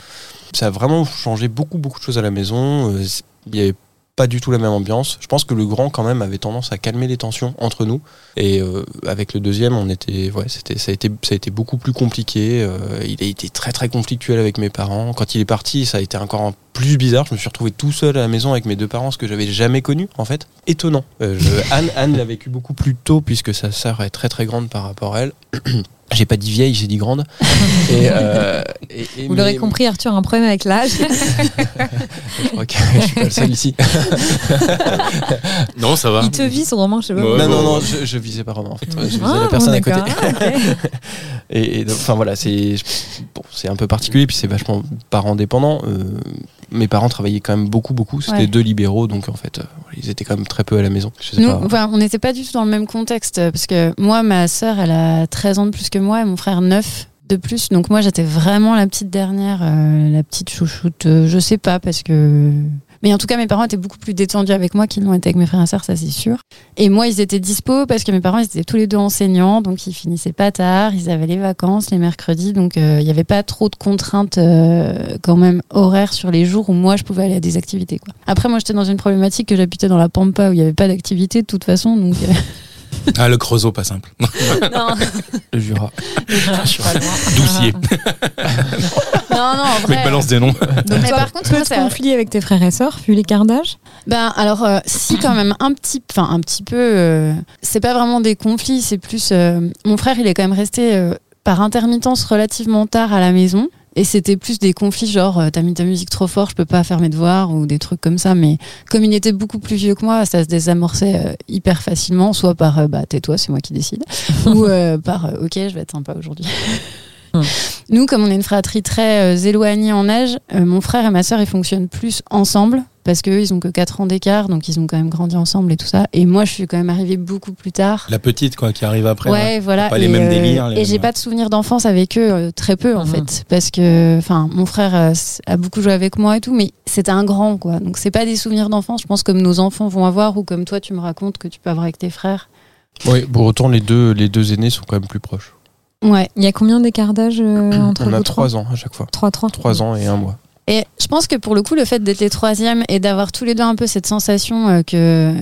E: ça a vraiment changé beaucoup beaucoup de choses à la maison Euh, c- il y avait pas du tout la même ambiance je pense que le grand quand même avait tendance à calmer les tensions entre nous et euh, avec le deuxième on était ouais c'était ça a été ça a été beaucoup plus compliqué Euh, il a été très très conflictuel avec mes parents quand il est parti ça a été encore un plus bizarre je me suis retrouvé tout seul à la maison avec mes deux parents ce que j'avais jamais connu en fait étonnant. Euh, je- Anne, Anne l'a vécu beaucoup plus tôt puisque sa sœur est très très grande par rapport à elle. J'ai pas dit vieille, j'ai dit grande. Et, euh, et- et-
C: Vous
E: mais-
C: l'aurez compris, Arthur a un problème avec l'âge.
E: Je crois que je suis pas le seul ici.
B: Non, ça va.
C: Il te vit son roman, je sais pas.
B: Ouais,
E: non,
B: bon,
E: non, non,
B: ouais.
E: je, je visais pas vraiment en fait. Je visais
C: Ah,
E: la personne
C: bon,
E: à côté.
C: d'accord, ok.
E: Et et donc, enfin voilà, c'est je- bon, c'est un peu particulier, puis c'est vachement parents dépendant. Euh, mes parents travaillaient quand même beaucoup, beaucoup. C'était
D: Ouais.
E: deux libéraux, donc en fait, euh, voilà, ils étaient quand même très peu à la maison. Je sais
D: Nous,
E: pas.
D: enfin, on n'était pas du tout dans le même contexte, euh, parce que moi, ma sœur, elle a 13 ans de plus que moi, et mon frère 9 de plus. Donc moi, j'étais vraiment la petite dernière, euh, la petite chouchoute, euh, je sais pas, parce que... Mais en tout cas, mes parents étaient beaucoup plus détendus avec moi qu'ils l'ont été avec mes frères et sœurs, ça c'est sûr. Et moi, ils étaient dispo parce que mes parents, ils étaient tous les deux enseignants, donc ils finissaient pas tard, ils avaient les vacances les mercredis, donc euh, il n'y avait pas trop de contraintes euh, quand même horaires sur les jours où moi je pouvais aller à des activités. Quoi. Après, moi j'étais dans une problématique que j'habitais dans la Pampa où il n'y avait pas d'activité de toute façon, donc euh,
B: Ah, le Creusot, pas simple.
D: non,
E: Le Jura.
B: Doucier.
C: Ah,
D: non, non, en
B: Le mec
D: vrai.
B: balance des noms.
D: Mais
C: toi,
D: par contre,
C: Peu
D: moi,
C: de
D: ça-
C: conflits avec tes frères et sœurs, vu les cardages
D: Ben alors euh, si quand même un petit, enfin un petit peu. euh, c'est pas vraiment des conflits, c'est plus euh, mon frère il est quand même resté euh, par intermittence relativement tard à la maison. Et c'était plus des conflits genre euh, t'as mis ta musique trop fort, je peux pas faire mes devoirs ou des trucs comme ça. Mais comme il était beaucoup plus vieux que moi, ça se désamorçait euh, hyper facilement, soit par euh, bah tais-toi, c'est moi qui décide, ou euh, par euh, ok je vais être sympa aujourd'hui.
C: Hmm.
D: Nous, comme on est une fratrie très euh, éloignée en âge, euh, mon frère et ma sœur ils fonctionnent plus ensemble parce qu'eux ils ont que 4 ans d'écart, donc ils ont quand même grandi ensemble et tout ça. Et moi je suis quand même arrivée beaucoup plus tard.
B: La petite, quoi, qui arrive après.
D: Ouais, voilà.
B: Pas les mêmes délires, les
D: et j'ai
B: mêmes-
D: pas de souvenirs d'enfance avec eux, euh, très peu en
C: Mhm.
D: fait, parce que, enfin, mon frère euh, s- a beaucoup joué avec moi et tout, mais c'était un grand, quoi. Donc c'est pas des souvenirs d'enfance, je pense, comme nos enfants vont avoir ou comme toi tu me racontes que tu peux avoir avec tes frères.
E: Oui, pour autant, les deux, les deux aînés sont quand même plus proches.
D: Ouais.
C: Il y a combien d'écardages euh, entre
E: On a
C: vous trois
E: trois ans à chaque fois.
C: 3 3
E: Trois ans et un mois.
D: Et je pense que pour le coup, le fait d'être les troisièmes et d'avoir tous les deux un peu cette sensation euh, que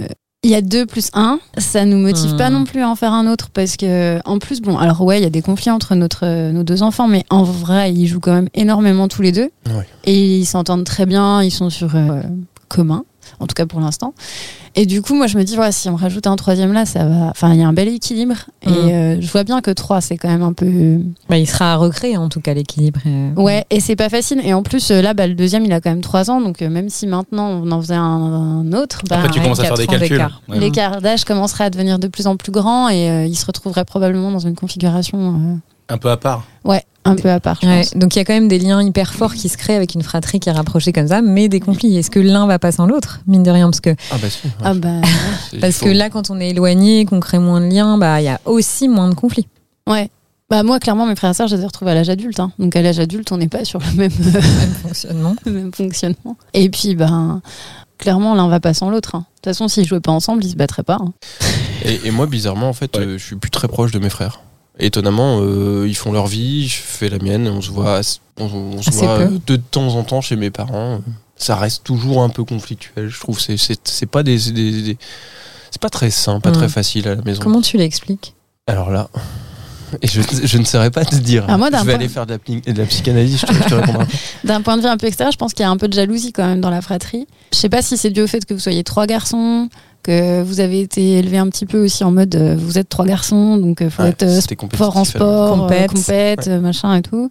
D: il y a deux plus un, ça nous motive
C: Hmm.
D: pas non plus à en faire un autre parce que en plus, bon, alors ouais, il y a des conflits entre notre euh, nos deux enfants, mais en vrai, ils jouent quand même énormément tous les deux
E: Ouais.
D: et ils s'entendent très bien, ils sont sur euh, commun. En tout cas pour l'instant. Et du coup, moi, je me dis, ouais, si on rajoute un troisième là, ça va. Enfin, il y a un bel équilibre. Et
C: Hmm.
D: euh, je vois bien que trois, c'est quand même un peu.
C: Bah, il sera à recréer en tout cas l'équilibre. euh,
D: Ouais, et c'est pas facile. Et en plus, euh, là, bah, le deuxième, il a quand même 3 ans. Donc, euh, même si maintenant on en faisait un, un autre, bah,
B: Après, tu
C: ouais,
B: commences à faire
C: quatre
B: des
C: ans
B: calculs.
C: d'écart.
B: Ouais.
D: l'écart d'âge commencerait à devenir de plus en plus grand et euh, il se retrouverait probablement dans une configuration
B: Un peu à part.
D: euh, ouais, un peu à part, je
C: Ouais,
D: pense.
C: donc il y a quand même des liens hyper forts qui se créent avec une fratrie qui est rapprochée comme ça, mais des conflits. Est-ce que l'un va pas sans l'autre, mine de rien, parce que
E: Ah bah si. ouais.
D: Ah bah,
E: C'est-
C: parce
E: faut-
C: que là, quand on est éloigné, qu'on crée moins de liens, bah il y a aussi moins de conflits.
D: ouais. Bah, moi, clairement, mes frères et sœurs, je les ai retrouvés à l'âge adulte. hein. Donc, à l'âge adulte, on n'est pas sur le même,
C: Même fonctionnement.
D: le même fonctionnement. Et puis, ben, clairement, l'un va pas sans l'autre. hein. De toute façon, s'ils jouaient pas ensemble, ils se battraient pas. hein.
E: Et, et moi, bizarrement, en fait,
B: Ouais.
E: euh, je suis plus très proche de mes frères. Étonnamment, euh, ils font leur vie, je fais la mienne, on se voit, ass- on, on se
C: Assez
E: voit
C: peu.
E: euh, de temps en temps chez mes parents. Ça reste toujours un peu conflictuel, je trouve. C'est- C'est c'est pas des, c'est des- des- c'est pas très sain, pas
C: Mm.
E: très facile à la maison.
C: Comment tu l'expliques
E: Alors là, et je, je ne saurais pas te dire.
D: Ah, moi, d'un
E: je vais
D: point-
E: aller faire de la, pli- de la psychanalyse, je te, je te répondrai.
D: D'un point de vue un peu extérieur, je pense qu'il y a un peu de jalousie quand même dans la fratrie. Je sais pas si c'est dû au fait que vous soyez trois garçons, que vous avez été élevés un petit peu aussi en mode euh, vous êtes trois garçons, donc euh, faut
E: Ouais,
D: être euh,
E: c'était compétitif,
D: fort en
E: euh,
D: sport,
C: Compète.
D: compète, compète euh, machin et tout.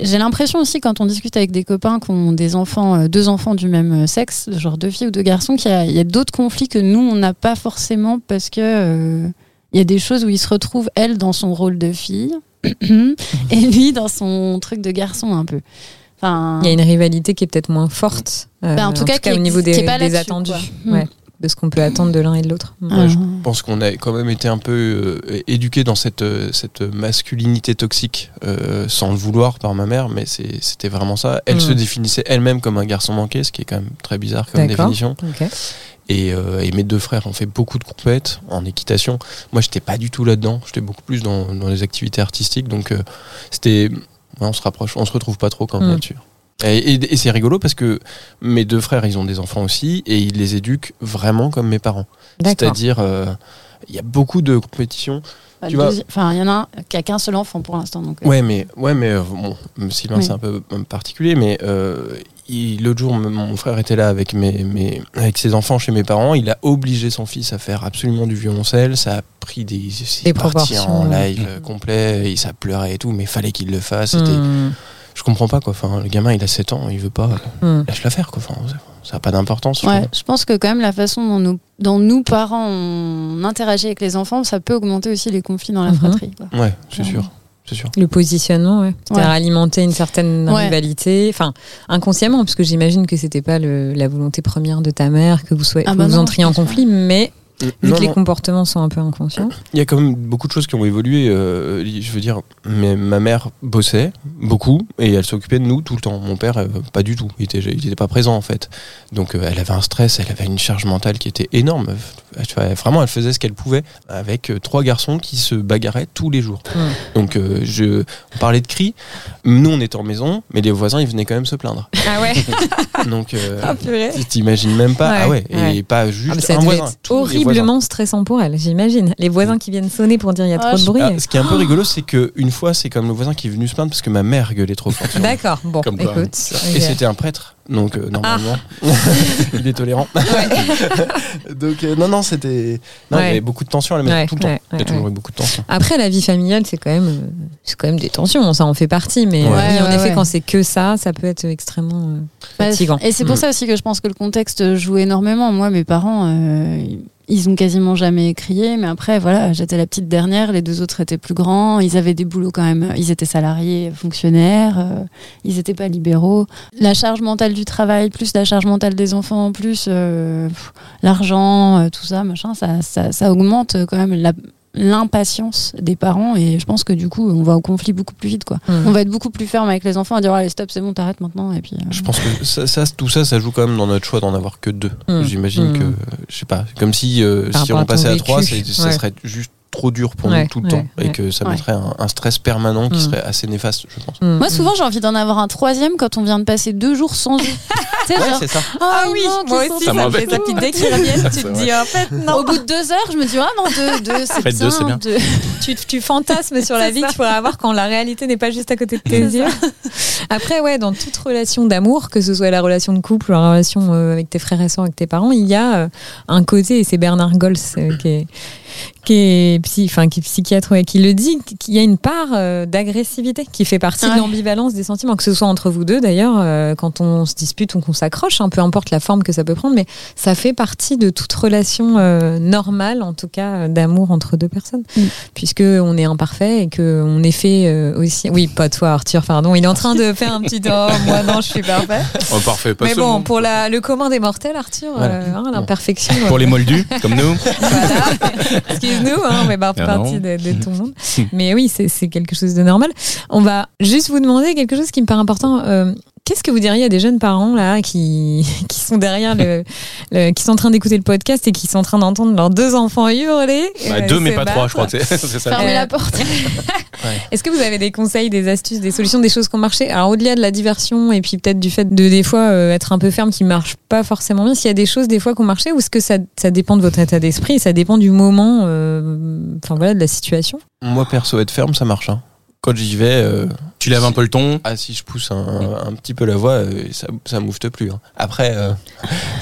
D: J'ai l'impression aussi quand on discute avec des copains qui ont des enfants, euh, deux enfants du même euh, sexe, genre deux filles ou deux garçons, qu'il y a, il y a d'autres conflits que nous on n'a pas forcément parce que euh, il y a des choses où il se retrouve elle dans son rôle de fille et lui dans son truc de garçon un peu. Enfin,
C: Il y a une rivalité qui est peut-être moins forte. euh,
D: Bah, en tout cas, qui
C: au
D: est-
C: niveau
D: qui est
C: des,
D: pas
C: des
D: là-dessus,
C: attendus,
D: quoi.
C: Ouais, de ce qu'on peut attendre de l'un et de l'autre.
E: Ouais, je
D: Ah.
E: pense qu'on a quand même été un peu euh, éduqué dans cette, euh, cette masculinité toxique, euh, sans le vouloir par ma mère, mais c'est- c'était vraiment ça. Elle
C: Mm.
E: se définissait elle-même comme un garçon manqué, ce qui est quand même très bizarre comme
C: D'accord.
E: définition.
C: Ok.
E: Et, euh, et mes deux frères ont fait beaucoup de compètes en équitation. Moi, j'étais pas du tout là-dedans. J'étais beaucoup plus dans, dans les activités artistiques. Donc, euh, c'était. ouais, on se rapproche, on se retrouve pas trop quand même
C: Mm.
E: là-dessus. Et, et- et c'est rigolo parce que mes deux frères, ils ont des enfants aussi et ils les éduquent vraiment comme mes parents.
C: D'accord.
E: C'est-à-dire, euh, il y a beaucoup de compétitions.
D: Enfin,
E: Tu
D: le
E: vois-
D: bah, deuxi- enfin, il y en a un qui a qu'un seul enfant pour l'instant. Donc, euh,
E: Ouais, mais, ouais, mais euh, bon, Sylvain,
D: Oui.
E: c'est un peu euh, particulier, mais euh, il- l'autre jour, m- mon frère était là avec, mes, mes, avec ses enfants chez mes parents. Il a obligé son fils à faire absolument du violoncelle. Ça a pris des, c'est
C: Des
E: parti en
C: proportions, ouais.
E: live euh, complet. Il ça pleurait et tout, mais fallait qu'il le fasse. C'était-
C: Hmm,
E: Je comprends pas, quoi. Enfin, le gamin, il a 7 ans, il veut pas.
C: hmm.
E: Lâche la faire, quoi. Enfin, ça n'a pas d'importance. je
D: Ouais,
E: trouve.
D: je pense que quand même la façon dont nous, dont nous parents on interagit avec les enfants, ça peut augmenter aussi les conflits dans la
C: Mhm.
D: fratrie. quoi.
E: Ouais, c'est
D: Clairement.
E: sûr. c'est sûr.
C: Le positionnement, ouais. C'est-à-dire
D: Ouais.
C: alimenter une certaine
D: Ouais.
C: rivalité, enfin, inconsciemment, parce que j'imagine que c'était pas le- la volonté première de ta mère que vous, soyez,
D: Ah
C: que
D: bah
C: vous
D: non,
C: entriez en conflit, mais vu
E: Non,
C: que les
E: non.
C: comportements sont un peu inconscients.
E: Il y a quand même beaucoup de choses qui ont évolué. euh, je veux dire, mais ma mère bossait beaucoup et elle s'occupait de nous tout le temps. Mon père, euh, pas du tout. Il était, il était pas présent en fait. Donc euh, elle avait un stress, elle avait une charge mentale qui était énorme. Euh, tu vois, vraiment, elle faisait ce qu'elle pouvait avec euh, trois garçons qui se bagarraient tous les jours.
C: Mm.
E: Donc euh, je, on parlait de cris. Nous, on était en maison, mais les voisins, ils venaient quand même se plaindre.
C: Ah ouais,
E: Donc euh,
C: purée.
E: tu t'imagines même pas.
C: Ah, Ouais,
E: Ah ouais, et
C: ouais.
E: pas juste
C: ça
E: un
C: devait
E: voisin.
C: être
E: tous les voisins.
C: horriblement stressant pour elle, j'imagine. Les voisins qui viennent sonner pour dire il y a
D: Ah,
C: trop de
D: je-
C: bruit.
E: Ah, ce qui est un peu rigolo, c'est que une fois, c'est comme le voisin qui est venu se plaindre parce que ma mère gueulait trop fort. sur moi.
C: D'accord, bon,
B: Comme quoi,
C: écoute.
E: Et
C: ok.
E: c'était un prêtre, donc euh, normalement,
C: Ah.
E: il est tolérant. donc euh, non, non, c'était. non, Il y
C: Ouais.
E: avait beaucoup de tension à la maison
C: Ouais,
E: tout le temps.
C: ouais,
E: Il y a
C: ouais,
E: toujours
C: ouais.
E: eu beaucoup de tension.
C: Après, la vie familiale, c'est quand même, euh, c'est quand même des tensions, ça en fait partie, mais
E: Ouais.
C: euh, oui, en
D: Ouais, ouais,
C: effet,
D: ouais.
C: quand c'est que ça, ça peut être extrêmement euh,
D: Ouais,
C: fatigant.
D: Et c'est
E: Mm.
D: pour ça aussi que je pense que le contexte joue énormément. Moi, mes parents, euh, ils ont quasiment jamais crié, mais après, voilà, j'étais la petite dernière, les deux autres étaient plus grands, ils avaient des boulots quand même, ils étaient salariés, fonctionnaires, euh, ils n'étaient pas libéraux. La charge mentale du travail, plus la charge mentale des enfants, plus euh, pff, l'argent, euh, tout ça, machin, ça, ça, ça augmente quand même la- l'impatience des parents et je pense que du coup on va au conflit beaucoup plus vite quoi.
C: Mm.
D: On va être beaucoup plus ferme avec les enfants à dire allez stop c'est bon t'arrêtes maintenant et puis euh,
E: Je pense que ça, ça- tout ça, ça joue quand même dans notre choix d'en avoir que deux.
C: Mm.
E: J'imagine
C: Mm.
E: que, euh, je sais pas, comme si euh,
C: Par
E: si
C: rapport à
E: on
C: ton
E: passait à
C: vécu,
E: trois, c'est- ça
C: ouais.
E: serait juste trop dur pour
C: Ouais,
E: nous tout le
C: ouais,
E: temps et
C: ouais.
E: que ça
D: Ouais.
E: mettrait un, un stress permanent qui
C: Mm.
E: serait assez néfaste, je pense.
C: Mm,
D: Moi,
C: mm.
D: souvent, j'ai envie d'en avoir un troisième quand on vient de passer deux jours sans eau. Tu sais,
E: Ouais,
D: genre,
E: c'est ça.
D: Ah oui, moi aussi,
B: ça me rappelle.
D: fait ça. Puis dès
C: qu'ils reviennent,
B: tu te dis,
C: en fait,
D: Au bout de deux heures, je me dis, ah non, deux, deux, c'est
B: Faites
D: bien.
B: deux, c'est bien.
D: deux.
C: tu, tu fantasmes sur la
D: C'est
C: vie
D: ça.
C: que tu pourrais avoir quand la réalité n'est pas juste à côté de tes yeux. Après, ouais, dans toute relation d'amour, que ce soit la relation de couple ou la relation euh, avec tes frères et sœurs, avec tes parents, il y a euh, un côté, et c'est Bernard Gols euh, qui est qui est, psy- enfin, qui est psychiatre ouais, qui le dit, qu'il y a une part euh, d'agressivité qui fait partie
D: Ouais.
C: de l'ambivalence des sentiments, que ce soit entre vous deux d'ailleurs, euh, quand on se dispute ou qu'on s'accroche, hein, peu importe la forme que ça peut prendre, mais ça fait partie de toute relation euh, normale, en tout cas euh, d'amour entre deux personnes,
D: Mm.
C: puisque on est imparfait et que on est fait euh, aussi. Oui, pas toi, Arthur, pardon, il est en train de faire un petit. Oh, moi non, je suis parfait.
B: Oh, parfait, pas
C: mais
B: ce
C: bon,
B: monde.
C: pour la, le commun des mortels, Arthur,
E: Voilà.
C: euh, hein, l'imperfection. euh,
B: Pour les moldus, comme nous.
C: voilà. Excuse-nous, hein, mais bah,
B: Ah
C: partie
B: non.
C: de, de tout le monde. Mais oui, c'est c'est quelque chose de normal. On va juste vous demander quelque chose qui me paraît important. Euh, Qu'est-ce que vous diriez à des jeunes parents là qui, qui sont derrière le, le- qui sont en train d'écouter le podcast et qui sont en train d'entendre leurs deux enfants hurler
B: Bah,
C: euh,
B: deux,
C: se
B: mais pas
C: battre
B: trois, je crois que c'est c'est ça.
D: Fermez
C: Euh,
D: la porte.
C: Est-ce que vous avez des conseils, des astuces, des solutions, des choses qui ont marché Alors au-delà de la diversion et puis peut-être du fait de des fois euh, être un peu ferme qui marche pas forcément bien, s'il y a des choses des fois qui ont marché ou est-ce que ça, ça dépend de votre état d'esprit, ça dépend du moment, euh, enfin voilà, de la situation
E: Moi, perso, être ferme, ça marche. hein. Quand j'y vais, euh,
B: Tu lèves un peu le ton.
E: Ah si je pousse un, un petit peu la voix, euh, ça, ça moufte plus. hein. Après, euh,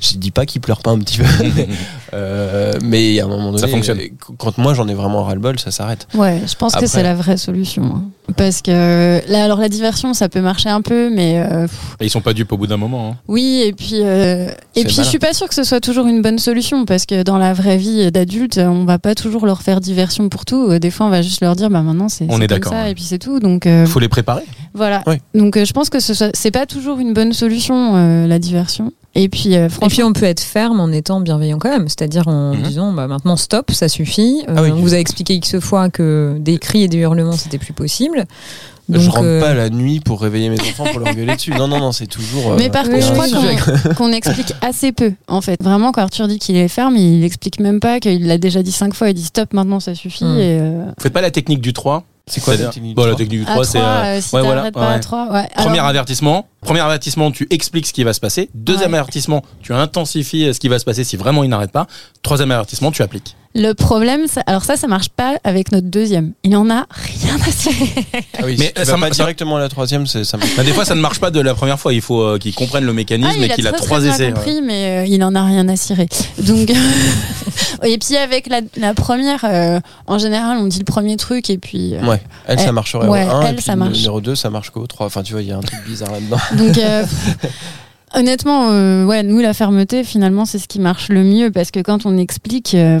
E: je dis pas qu'il pleure pas un petit peu, mais, euh, mais à un moment donné,
B: Ça fonctionne.
E: euh, qu- Quand moi j'en ai vraiment ras-le-bol, ça s'arrête.
D: Ouais, je pense
E: Après-
D: que c'est la vraie solution. hein. Parce que là, alors la diversion, ça peut marcher un peu, mais euh,
B: Et ils sont pas dupes au bout d'un moment. hein.
D: Oui, et puis, euh,
E: C'est
D: et puis
E: malin.
D: je suis pas sûre que ce soit toujours une bonne solution parce que dans la vraie vie d'adulte, on va pas toujours leur faire diversion pour tout. Des fois, on va juste leur dire, bah maintenant c'est
B: On
D: c'est
B: est
D: comme
B: d'accord,
D: ça,
B: ouais.
D: et puis c'est tout. Donc euh,
B: Faut les préparer.
D: voilà.
E: Ouais.
D: Donc euh, je pense que ce soit- c'est pas toujours une bonne solution euh, la diversion. Et puis euh,
C: Et
D: franchement,
C: puis on peut être ferme en étant bienveillant quand même, c'est-à-dire en
B: Mhm.
C: disant bah, maintenant stop, ça suffit. Euh,
E: Ah oui.
C: On vous a expliqué x fois que des cris et des hurlements c'était plus possible. Donc,
E: je rentre
C: euh,
E: pas la nuit pour réveiller mes enfants pour leur gueuler dessus. Non non non, c'est toujours. euh,
D: Mais par
C: oui,
D: contre, je
E: un
D: crois
E: sujet.
D: qu'on- qu'on explique assez peu, en fait. Vraiment, quand Arthur dit qu'il est ferme, il explique même pas qu'il l'a déjà dit cinq fois. Il dit stop, maintenant ça suffit.
C: Hmm.
D: Et, euh,
B: Faites pas la technique du 3.
E: C'est quoi la
B: C'est-à-dire-
E: technique du
B: Bon, la
E: trois
B: technique du
D: à
B: 3, c'est.
D: trois,
B: euh,
D: euh, si
B: ouais,
D: t'arrêtes
B: voilà,
D: pas
B: ouais.
D: à trois, ouais. Alors,
B: Premier avertissement. Premier avertissement, tu expliques ce qui va se passer. Deuxième
D: Ouais.
B: avertissement, tu intensifies euh, ce qui va se passer si vraiment il n'arrête pas. Troisième avertissement, tu appliques.
D: Le problème, ça- alors ça, ça marche pas avec notre deuxième. Il en a rien à cirer.
E: Ah oui,
B: Mais euh,
E: si tu vas
B: ça
E: pas
B: m'a- ça-
E: directement à la troisième, c'est ça. me-
B: Bah, des fois, ça ne marche pas de la première fois. Il faut euh, qu'ils comprennent le mécanisme et qu'il a,
D: Ah, très, très
B: trois
D: bien
B: essais. ouais.
D: compris, mais euh, il en a rien à cirer. Donc, et puis avec la, la première, euh, en général, on dit le premier truc et puis. euh,
E: Ouais, elle ça
D: Elle-
E: marcherait
D: ouais,
E: au 1
D: elle,
E: et puis
D: ça
E: le
D: marche.
E: numéro 2 ça marche qu'au 3. Enfin tu vois, il y a un truc bizarre là-dedans.
D: Donc, euh, honnêtement, euh, ouais, nous, la fermeté, finalement, c'est ce qui marche le mieux parce que quand on explique, euh,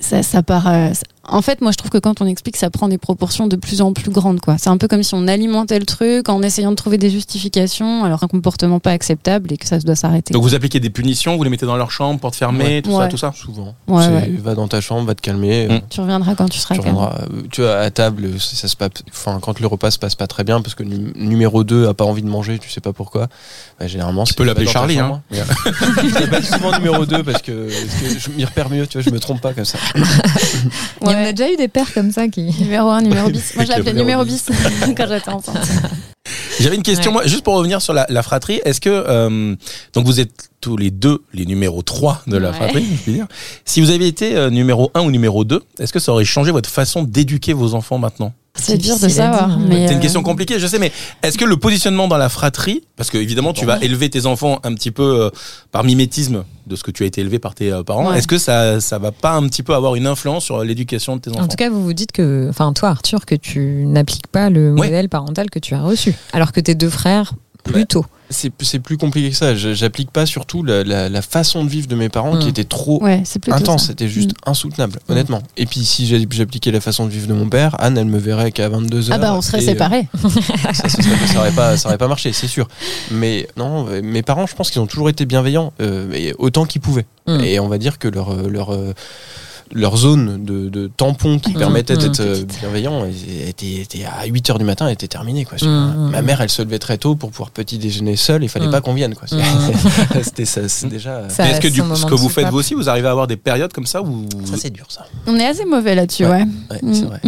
D: ça, ça part. euh, ça- En fait, moi, je trouve que quand on explique, ça prend des proportions de plus en plus grandes, quoi. C'est un peu comme si on alimentait le truc en essayant de trouver des justifications, alors un comportement pas acceptable et que ça se doit s'arrêter.
B: Donc vous appliquez des punitions, vous les mettez dans leur chambre, porte fermée, tout ça,
D: Ouais.
B: tout ça.
E: Souvent.
D: Ouais,
E: C'est,
D: ouais.
E: Va dans ta chambre, va te calmer.
B: Mm.
E: euh,
D: Tu reviendras quand tu seras
E: Tu,
D: calme.
E: rendras- euh, tu vois, à table, ça, ça se passe, enfin, quand le repas se passe pas très bien, parce que nu- numéro 2 a pas envie de manger, tu sais pas pourquoi, bah, généralement, tu
B: peux l'appeler Charlie, hein.
E: je l'appelle souvent numéro 2 parce que, parce que je m'y repère mieux, tu vois, je me trompe pas comme ça.
C: Il y en
D: Ouais.
C: a déjà eu des pères comme ça qui.
D: Numéro 1, numéro bis. Moi, je
E: Avec le
D: l'appelais numéro
E: numéro
D: bis quand j'étais enceinte.
B: J'avais une question, moi, juste pour revenir sur la, la fratrie. Est-ce que euh, donc vous êtes tous les deux les numéros 3 de la
D: Ouais.
B: fratrie je puis dire. Si vous aviez été euh, numéro 1 ou numéro 2, est-ce que ça aurait changé votre façon d'éduquer vos enfants maintenant
D: C'est dur de
C: difficile à dire.
D: savoir. mais,
B: C'est une
D: euh,
B: question compliquée, je sais, mais est-ce que le positionnement dans la fratrie, parce que évidemment tu vas élever tes enfants un petit peu euh, par mimétisme de ce que tu as été élevé par tes euh, parents,
D: Ouais.
B: est-ce que ça ça va pas un petit peu avoir une influence sur l'éducation de tes enfants
C: En tout cas, vous vous dites que, enfin, toi, Arthur, que tu n'appliques pas le
B: Ouais.
C: modèle parental que tu as reçu, alors que tes deux frères plutôt.
E: C'est c'est plus compliqué que ça. Je- J'applique pas surtout la, la- la façon de vivre de mes parents qui
C: Mm.
E: était trop
D: euh, Ouais, c'est plutôt
E: intense,
D: ça. Mm.
E: c'était juste insoutenable, honnêtement. Et puis si j'ai- j'appliquais la façon de vivre de mon père, Anne, elle me verrait qu'à 22h.
D: Ah bah on serait
C: euh,
D: séparés.
E: ça, ça serait- ça aurait pas, ça aurait pas marché, c'est sûr. Mais non, euh, mes parents, je pense qu'ils ont toujours été bienveillants, euh, mais autant qu'ils pouvaient.
C: Mm.
E: Et on va dire que leur, euh, leur, euh, leur zone de, de tampon qui
C: Mm.
E: permettait
C: Mm.
E: d'être euh, bienveillant euh, était, était à 8 heures du matin, était terminée. Quoi.
C: Mm.
E: Ma mère, elle se levait très tôt pour pouvoir petit déjeuner seule, il fallait
C: Mm.
E: pas qu'on vienne. quoi. C'est- C'était ça, c'est déjà. euh,
C: Ça
B: Mais
C: a
B: Est-ce que
C: son
B: du,
C: moment
B: ce
C: de
B: que vous faites
C: soupape.
B: vous aussi, vous arrivez à avoir des périodes comme ça où
E: Ça, c'est dur, ça.
D: On est assez mauvais là-dessus,
E: Ouais.
D: ouais.
E: Ouais,
D: Mm.
E: c'est vrai.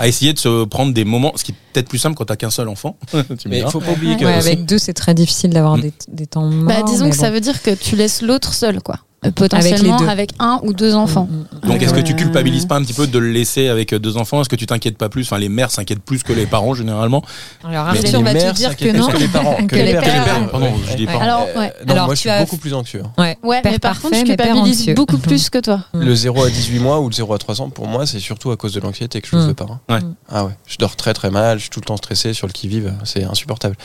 B: à essayer de se prendre des moments, ce qui est peut-être plus simple quand t'as qu'un seul enfant. Tu me
E: Mais
B: diras.
E: il faut pas oublier que.
C: Ouais, avec deux, c'est très difficile d'avoir
B: Mm.
C: des, des temps morts.
D: Bah disons
C: mais
D: que
C: bon.
D: ça veut dire que tu laisses l'autre seul, quoi. Euh, Potentiellement
C: les
D: avec,
C: deux.
D: un ou deux enfants.
C: Mm, mm, mm.
B: Donc,
D: Ouais.
B: est-ce que tu culpabilises pas un petit peu de le laisser avec euh, deux enfants Est-ce que tu t'inquiètes pas plus Enfin, les mères s'inquiètent plus que les parents généralement.
C: hmm. Alors
B: Mais
C: Arthur
E: les
C: va te
E: mères
C: dire que
E: s'inquiètent
C: non.
E: plus que les parents. euh,
C: Que les
B: Que les
C: pères. euh,
B: pères, pardon, je dis
C: Ouais.
B: pas.
D: Alors, ouais.
E: non,
C: Alors,
E: moi, je
C: tu
E: suis
C: as-
E: beaucoup plus anxieux.
C: Ouais.
D: Ouais,
C: Père
D: mais par
C: parfait,
D: contre, je
C: mais père
D: culpabilise
C: anxieux.
D: beaucoup plus que toi.
C: Mm.
E: Le 0 à 18 mois ou le 0 à 3 ans, pour moi, c'est surtout à cause de l'anxiété que je le
C: Mm.
E: fais pas. hein.
B: Ouais.
C: Mm.
E: Ah ouais, je dors très très mal, je suis tout le temps stressé sur le qui-vive, c'est insupportable.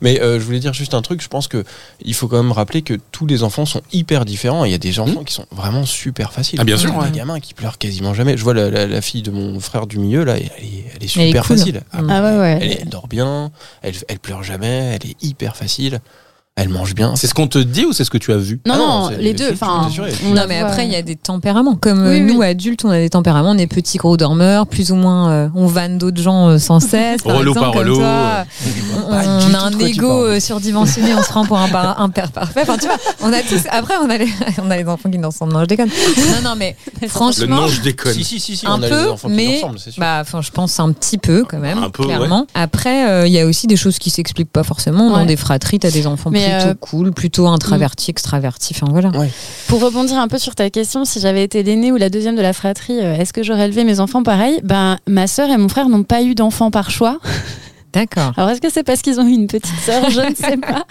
E: Mais euh, je voulais dire juste un truc, je pense que il faut quand même rappeler que tous les enfants sont hyper différents. et Il y a des enfants qui sont vraiment super faciles.
B: Mm. Ah, bien sûr,
E: Il y a
B: ouais.
E: des gamins qui pleurent quasiment jamais. Je vois la, la- la fille de mon frère du milieu, là, elle est, elle est super
C: Elle est cool.
E: facile. Ah,
C: Mm.
D: Ah ouais, ouais.
E: Elle, est- elle dort bien, elle, elle pleure jamais, elle est hyper facile, elle mange bien.
B: C'est ce qu'on te dit ou c'est ce que tu as vu
D: Non,
E: Ah non,
D: non,
E: c'est-
D: les deux.
E: c'est-
D: Enfin,
E: c'est sûr, et puis-
D: on
C: Non,
D: la
C: mais
D: voit.
C: après, il y a des tempéraments. Comme euh,
D: Oui,
C: nous,
D: oui.
C: adultes, on a des tempéraments. On est petits gros dormeurs, plus ou moins. euh, on vanne d'autres gens euh, sans cesse. par
B: Relou
C: exemple,
B: par
C: comme
B: relou, euh.
C: toi. On,
E: Pas du
C: on
E: tout
C: a
E: de
C: un
E: quoi tu
C: ego
E: parles.
C: euh, surdimensionné. On se rend pour un, par- un père parfait. Enfin, tu vois, on a tous. Après, on a les, on a les enfants qui dansent. Non, je déconne. Non, non, mais
B: Le
C: franchement.
B: non, je déconne.
E: Si, si, si, si,
C: euh, un
E: on a les
C: peu,
E: enfants qui
C: mais
E: ensemble, c'est sûr.
C: bah, enfin, je pense un petit peu quand même,
B: Un peu, ouais.
C: clairement. Après, euh, il y a aussi des choses qui s'expliquent pas forcément. Dans
D: Ouais.
C: des fratries, t'as des enfants
D: Mais,
C: plutôt
D: euh,
C: cool, plutôt introvertis, extravertis. Enfin voilà.
D: Pour rebondir un peu sur ta question, si j'avais été l'aînée ou la deuxième de la fratrie, euh, est-ce que j'aurais élevé mes enfants pareil Ben, ma sœur et mon frère n'ont pas eu d'enfants par choix.
C: D'accord.
D: Alors, est-ce que c'est parce qu'ils ont eu une petite sœur Je ne sais pas.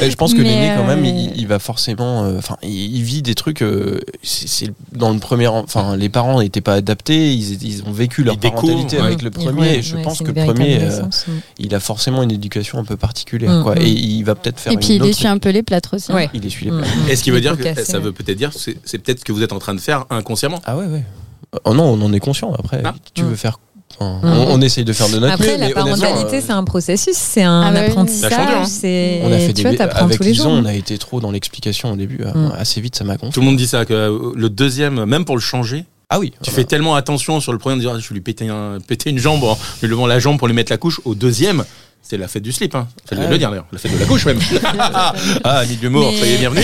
E: Et je pense que
D: Mais,
E: l'aîné, quand même,
D: euh,
E: il, il va forcément. euh, Enfin, il, il vit des trucs. euh, c'est c'est dans le premier. en- Enfin, les parents n'étaient pas adaptés. Ils, ils ont vécu leur
B: Ils découvrent,
E: parentalité
B: ouais.
E: avec le premier.
C: Mm. Ouais,
E: et je
C: ouais,
E: pense
C: c'est
E: que le
C: une véritable
E: premier, euh,
C: naissance, oui.
E: il a forcément une éducation un peu particulière.
C: Mm,
E: quoi.
C: mm.
E: Et il va peut-être faire
D: Et puis,
E: une
D: il
E: autre-
D: essuie un peu les plâtres aussi. hein.
C: Ouais.
E: Il essuie les
C: Mm,
E: plats.
C: mm.
B: Est-ce qui veut
C: Il
B: dire
C: faut
B: que
C: casser,
B: ça
C: ouais.
B: veut peut-être dire que c'est c'est peut-être ce que vous êtes en train de faire inconsciemment
E: Ah ouais, ouais. Oh non, on en est conscient. Après,
B: Ah.
E: tu
C: Mm.
E: veux faire. enfin,
C: Mm.
E: On, on essaye de faire de notre
C: Après,
E: mieux.
C: la
E: mais honnêtement,
C: parentalité,
E: euh,
C: c'est un processus, c'est un
D: Ah bah oui.
B: La chandeleur, hein.
C: apprentissage. c'est
E: on a fait
C: tu
E: des
C: vois, t'apprends
E: avec
C: tous les
E: Lison,
C: jours.
E: on a été trop dans l'explication au début. euh,
C: Mm.
E: Assez vite, ça m'a gonflé.
B: Tout le monde dit ça, que euh, le deuxième, même pour le changer,
E: Ah oui.
B: tu fais tellement attention sur le premier de dire ah, je vais lui péter, un- péter une jambe en lui levant la jambe pour lui mettre la couche. Au deuxième, c'est la fête du slip, hein. Ça devait
E: Ah
B: le
E: oui.
B: dire d'ailleurs, la fête de la couche même. ah, Annie Dumour,
C: Mais-
B: soyez bienvenue.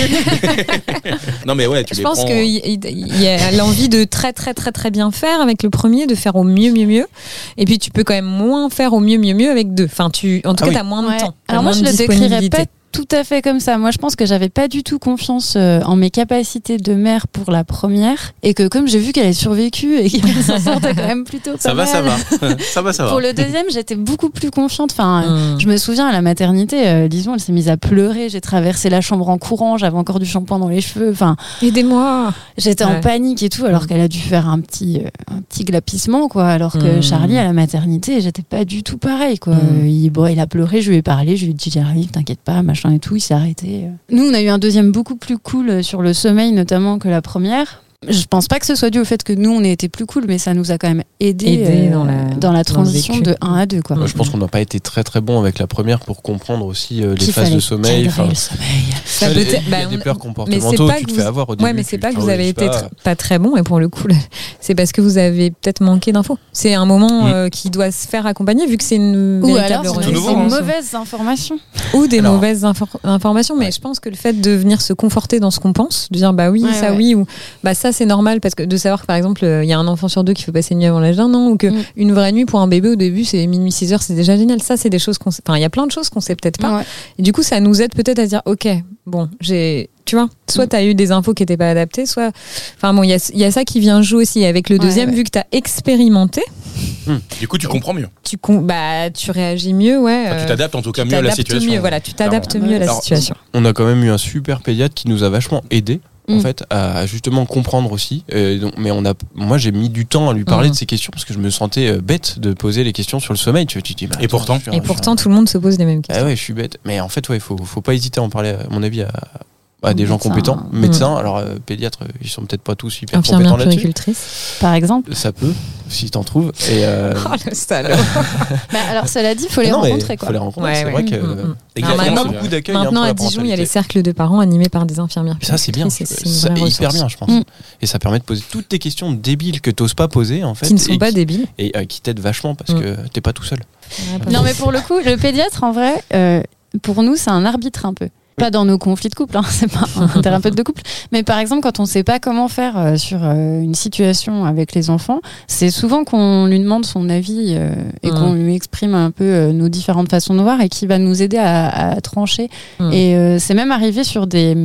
B: non mais ouais, tu
C: Je
B: les
C: pense
B: prends,
C: qu'il y, il y a l'envie de très très très très bien faire avec le premier, de faire au mieux mieux mieux. Et puis tu peux quand même moins faire au mieux mieux mieux avec deux. Enfin, tu, en tout
E: Ah
C: cas,
E: oui.
C: t'as moins de
D: Ouais.
C: temps. t'as
D: Alors moi,
C: moins
D: je
C: de
D: le décrirais
C: disponibilité.
D: pas tout à fait comme ça. Moi, je pense que j'avais pas du tout confiance euh, en mes capacités de mère pour la première, et que comme j'ai vu qu'elle a survécu et qu'elle s'en sortait quand même plutôt pas
B: Ça va,
D: mal,
B: ça va. ça va, ça va.
D: Pour le deuxième, j'étais beaucoup plus confiante. Enfin, euh,
C: Hum.
D: je me souviens à la maternité, euh, Lison, elle s'est mise à pleurer. J'ai traversé la chambre en courant. J'avais encore du shampoing dans les cheveux. Enfin,
C: Aidez-moi.
D: j'étais
C: Ouais.
D: en panique et tout, alors qu'elle a dû faire un petit, euh, un petit glapissement, quoi. Alors que
C: Mm.
D: Charlie, à la maternité, j'étais pas du tout pareil, quoi.
C: Mm.
D: Euh, Il, bon, il a pleuré, je lui ai parlé, je lui ai dit, j'arrive, t'inquiète pas, machin et tout. Il s'est arrêté. euh. Nous, on a eu un deuxième beaucoup plus cool euh, sur le sommeil, notamment que la première. Je pense pas que ce soit dû au fait que nous, on ait été plus cool, mais ça nous a quand même aidé, euh,
C: Aidé dans la-
D: dans la
C: dans le
D: transition
C: vécu.
D: de 1 à 2. Quoi.
E: Moi, Bah, je
C: Mhm.
E: pense qu'on n'a pas été très très bon avec la première pour comprendre aussi euh, les
D: Qu'il
E: phases
D: fallait
E: de sommeil.
D: cadrer
E: enfin,
D: le sommeil.
C: Bah,
E: il y a
C: peut-être- bah,
E: des
C: on-
E: peurs
C: mais
E: comportementaux,
C: c'est pas
E: tu te
C: que
E: fais
C: vous-
E: avoir au début.
C: Ouais, mais c'est
E: tu-
C: pas que
E: ah
C: vous
E: ouais, je
C: avez
E: sais
C: été
E: pas.
C: tr- pas très bon, et pour le coup, là, c'est parce que vous avez peut-être manqué d'infos. C'est un moment
B: Mm.
C: euh, qui doit se faire accompagner, vu que c'est une
D: Ou alors,
C: véritable
D: c'est
B: Tout
D: des
B: nouveau,
C: renaissance.
B: hein.
D: mauvaises informations.
C: Ou des
E: Alors-
C: mauvaises infor- informations, mais je pense que le fait de venir se conforter dans ce qu'on pense, de dire bah oui,
D: Ouais,
C: ça
D: ouais.
C: oui, ou bah ça c'est normal, parce que de savoir que par exemple, euh, il y a un enfant sur deux qui fait passer une nuit avant l'âge d'un an, ou que
D: Mm.
C: une vraie nuit pour un bébé au début c'est minuit 6 heures, c'est déjà génial. Ça c'est des choses qu'on sait- enfin il y a plein de choses qu'on sait peut-être pas.
D: Ouais.
C: Et du coup, ça nous aide peut-être à se dire, ok, bon, j'ai, tu vois,
D: Mm.
C: soit t'as eu des infos qui n'étaient pas adaptées, soit, enfin bon, il y a, il y a ça qui vient jouer aussi. Et Avec le
D: Ouais,
C: deuxième,
D: ouais.
C: vu que t'as expérimenté,
B: Du coup, tu comprends mieux.
C: tu, con- bah, tu réagis mieux, ouais.
B: Enfin, tu
C: euh,
B: t'adaptes en tout cas
C: tu
B: mieux à la
C: t'adaptes
B: situation.
C: mieux, voilà, tu t'adaptes
D: Clairement.
C: mieux à la
E: Alors,
C: situation.
E: on a quand même eu un super pédiatre qui nous a vachement aidé en
D: Mm.
E: fait à justement comprendre aussi Euh, donc, mais on a moi j'ai mis du temps à lui parler
C: Mhm.
E: de ces questions parce que je me sentais euh, bête de poser les questions sur le sommeil tu, tu dis bah,
B: Et pourtant.
E: je suis un-
C: Et
E: je suis un-
C: pourtant, tout le monde se pose les mêmes
E: ah
C: questions.
E: ouais je suis bête mais en fait ouais faut faut pas hésiter à en parler à mon avis à, à des gens
D: Médecin.
E: compétents
C: mm.
E: médecins alors euh, pédiatres ils sont peut-être pas tous hyper
C: Infirmière
E: compétents là-dessus
C: puricultrice.
D: Par exemple.
E: ça peut si t'en trouves et euh, Ah
C: Oh le salaud.
D: Bah, alors, cela dit, il faut les
E: non, mais
D: rencontrer. Quoi.
E: faut les rencontrer
C: Ouais,
E: c'est
C: ouais.
E: vrai que
C: Mm, mm, mm.
E: il y a
C: Alors,
E: pas
C: maintenant-
E: beaucoup d'accueil hein,
C: Maintenant,
E: pour
C: à
E: la
C: Dijon, il y a
E: parentalité.
C: les cercles de parents animés par des infirmières.
E: Ça, c'est bien.
C: puricultrices, et C'est
E: Ça,
C: une vraie
E: hyper
C: ressource.
E: bien, je pense.
D: Mm.
E: Et ça permet de poser toutes tes questions débiles que t'oses pas poser, en fait.
C: Qui ne sont
E: et
C: pas débiles.
E: Et euh, qui t'aident vachement parce
C: Mm.
E: que t'es pas tout seul.
D: Non, mais pour le coup, le pédiatre, en vrai, euh, pour nous, c'est un arbitre un peu. Pas dans nos conflits de couple, hein, c'est pas un thérapeute de couple. Mais par exemple, quand on sait pas comment faire euh, sur euh, une situation avec les enfants, c'est souvent qu'on lui demande son avis euh, et
C: Mhm.
D: qu'on lui exprime un peu euh, nos différentes façons de voir et qui va nous aider à, à trancher.
C: Mhm.
D: Et euh, c'est même arrivé sur des.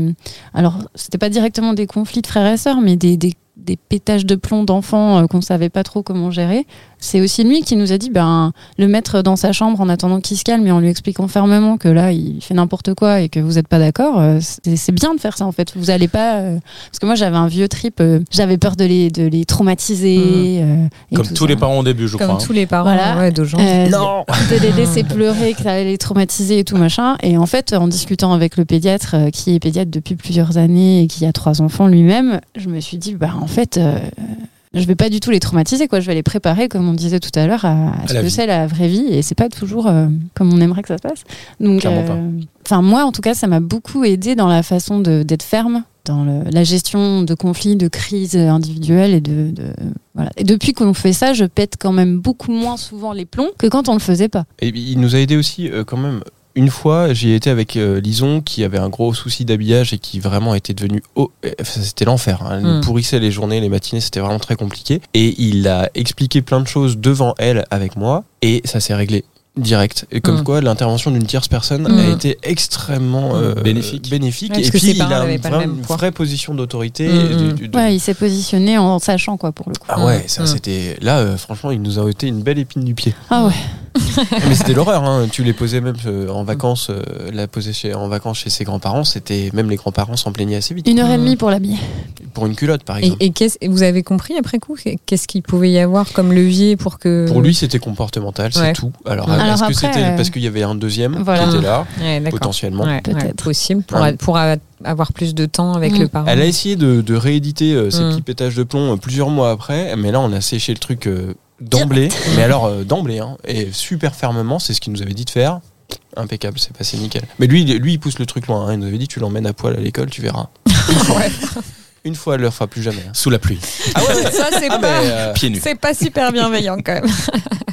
D: Alors, c'était pas directement des conflits de frères et sœurs, mais des, des, des pétages de plomb d'enfants euh, qu'on savait pas trop comment gérer. C'est aussi lui qui nous a dit ben, le mettre dans sa chambre en attendant qu'il se calme et en lui expliquant fermement que là, il fait n'importe quoi et que vous n'êtes pas d'accord. euh, C'est c'est bien de faire ça en fait. Vous allez pas. euh, Parce que moi, j'avais un vieux trip. euh, J'avais peur de les, de les traumatiser. euh, et
B: Mmh. Comme
D: tout
B: tous
D: ça.
B: les parents au début, je
C: Comme
B: crois. hein.
C: tous les parents
D: Voilà.
C: ouais, de gens.
D: Euh, de les
C: Ah.
D: laisser pleurer, que ça allait les traumatiser et tout machin. Et en fait, en discutant avec le pédiatre, euh, qui est pédiatre depuis plusieurs années et qui a trois enfants lui-même, je me suis dit, bah en fait, euh, je vais pas du tout les traumatiser, quoi. Je vais les préparer, comme on disait tout à l'heure, à, à ce
B: la
D: que
B: vie.
D: c'est la vraie vie. Et c'est pas toujours euh, comme on aimerait que ça se passe. Donc,
E: Clairement pas.
D: euh, enfin, moi, en tout cas, ça m'a beaucoup aidé dans la façon de- d'être ferme. Dans le- la gestion de conflits, de crises individuelles et de, de- voilà. Et depuis qu'on fait ça, je pète quand même beaucoup moins souvent les plombs que quand on le faisait pas.
E: Et il nous a aidé aussi, euh, quand même. Une fois, j'y étais avec euh, Lison qui avait un gros souci d'habillage et qui vraiment était devenu. Oh, euh, c'était l'enfer. hein. Elle nous
C: Mm.
E: pourrissait les journées, les matinées, c'était vraiment très compliqué. Et il a expliqué plein de choses devant elle avec moi et ça s'est réglé direct. Et comme
C: Mm.
E: quoi, l'intervention d'une tierce personne
C: Mm.
E: a été extrêmement euh,
B: Bénéfique.
E: bénéfique.
C: Ouais, parce
E: et
C: que
E: puis,
C: ses
E: il
C: parents
E: a
C: n'avaient
E: un
C: pas le
E: vrai-
C: même
E: une
C: poids.
E: vraie position d'autorité.
C: Mm,
E: du-
C: mm.
E: du- de-
D: Ouais, il s'est positionné en sachant quoi pour le coup.
E: Ah ouais, ça
C: Mm.
E: c'était. Là, euh, franchement, il nous a ôté une belle épine du pied.
D: Ah ouais.
E: Mais c'était l'horreur. Hein. Tu les posais même euh, en vacances, euh, la posais chez, en vacances chez ses grands-parents. C'était même les grands-parents s'en plaignaient assez vite
D: Une heure et demie pour l'habiller.
E: pour une culotte, par
C: Et,
E: exemple.
C: et qu'est-ce- et vous avez compris après coup qu'est-ce qu'il pouvait y avoir comme levier pour que
E: Pour lui, c'était comportemental, c'est
C: euh, Ouais.
E: tout. Alors,
C: Mm.
E: est-ce
D: Alors
E: que
D: après,
E: c'était
D: euh,
E: parce qu'il y avait un deuxième
D: voilà.
E: qui était là,
C: Ouais, d'accord.
E: potentiellement
C: Ouais,
D: Peut-être.
C: ouais, possible pour,
E: Ouais.
C: a- pour a- avoir plus de temps avec
D: Mm.
C: le parent.
E: Elle a essayé de, de rééditer euh, ces
C: Mm.
E: petits pétages de plomb euh, plusieurs mois après, mais là on a séché le truc euh, d'emblée, mais alors euh, d'emblée, hein, et super fermement, c'est ce qu'il nous avait dit de faire. Impeccable, c'est passé nickel. Mais lui, il- lui il pousse le truc loin, hein, il nous avait dit tu l'emmènes à poil à l'école, tu verras. Une fois, elle le fera plus jamais. hein.
B: Sous la pluie,
E: Ah ouais,
C: Ça c'est
E: ah, mais,
C: pas
E: euh,
B: pieds nus.
C: c'est pas super bienveillant quand même.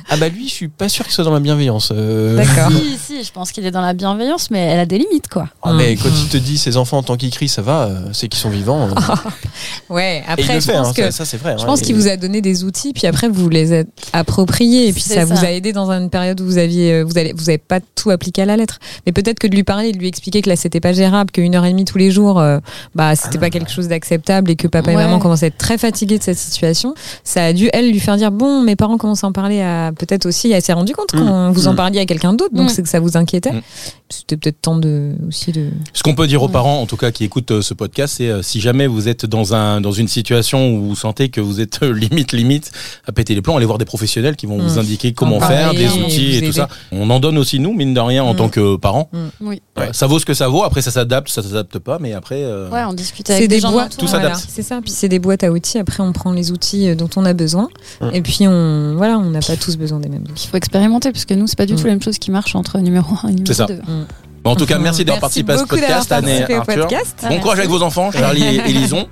E: ah bah lui, je suis pas sûr qu'il soit dans la bienveillance. euh.
C: D'accord.
D: Si, si, je pense qu'il est dans la bienveillance, mais elle a des limites, quoi.
E: Ah, mais
C: Mm.
E: quand il te dit ses enfants, tant qu'ils crient, ça va, euh, c'est qu'ils sont vivants. euh.
C: Ouais.
E: et il
C: Après
E: le
C: je
E: fait,
C: pense
E: hein,
C: que
E: ça, ça, c'est vrai.
C: je
E: hein,
C: pense
E: et-
C: qu'il vous a donné des outils puis après vous les êtes appropriés et puis
D: C'est
C: ça,
D: ça.
C: vous a aidé dans une période où vous aviez euh, vous allez vous avez pas tout appliqué à la lettre. Mais peut-être que de lui parler, de lui expliquer que là c'était pas gérable, qu'une heure et demie tous les jours, euh, bah c'était
E: Ah.
C: pas quelque chose d'acceptable et que papa et
D: Ouais.
C: maman commençaient à être très fatigués de cette situation, ça a dû elle lui faire dire bon mes parents commencent à en parler à peut-être aussi elle s'est rendue compte qu'on vous en
E: Mm.
C: parliez à quelqu'un d'autre, donc
D: Mm.
C: c'est que ça vous inquiétait.
B: Mm.
C: C'était peut-être temps de aussi de.
B: Ce qu'on peut dire aux
D: Ouais.
B: parents, en tout cas, qui écoutent euh, ce podcast, c'est euh, si jamais vous êtes dans un dans une situation où vous sentez que vous êtes euh, limite limite à péter les plombs, allez voir des professionnels qui vont vous
C: Mm.
B: indiquer comment
C: En
B: faire,
C: parler,
B: des
C: vous
B: outils et tout
C: aider.
B: ça. On en donne aussi nous, mine de rien, en
C: Mm.
B: tant que parents.
C: Mm.
D: Oui.
B: Ouais, Ça vaut ce que ça vaut. Après, ça s'adapte, ça s'adapte pas, mais après. euh,
D: Ouais, on discute
C: C'est
D: avec
C: des,
D: gens
C: boîtes,
D: d'entour,
B: Tout
C: voilà.
B: s'adapte.
C: C'est ça. Puis c'est des boîtes à outils. Après, on prend les outils euh, dont on a besoin.
E: Mm.
C: Et puis on, voilà, on n'a pas tous besoin des mêmes.
D: Il faut expérimenter parce que nous, c'est pas du
C: Mm.
D: tout la même chose qui marche entre numéro 1 et numéro
B: C'est ça.
D: 2.
B: mais en tout cas, merci d'avoir participé à ce
C: beaucoup d'avoir
B: podcast, Anne et
C: participé au
B: Arthur.
C: podcast.
B: Bon courage avec vos enfants, Charlie et et Lison.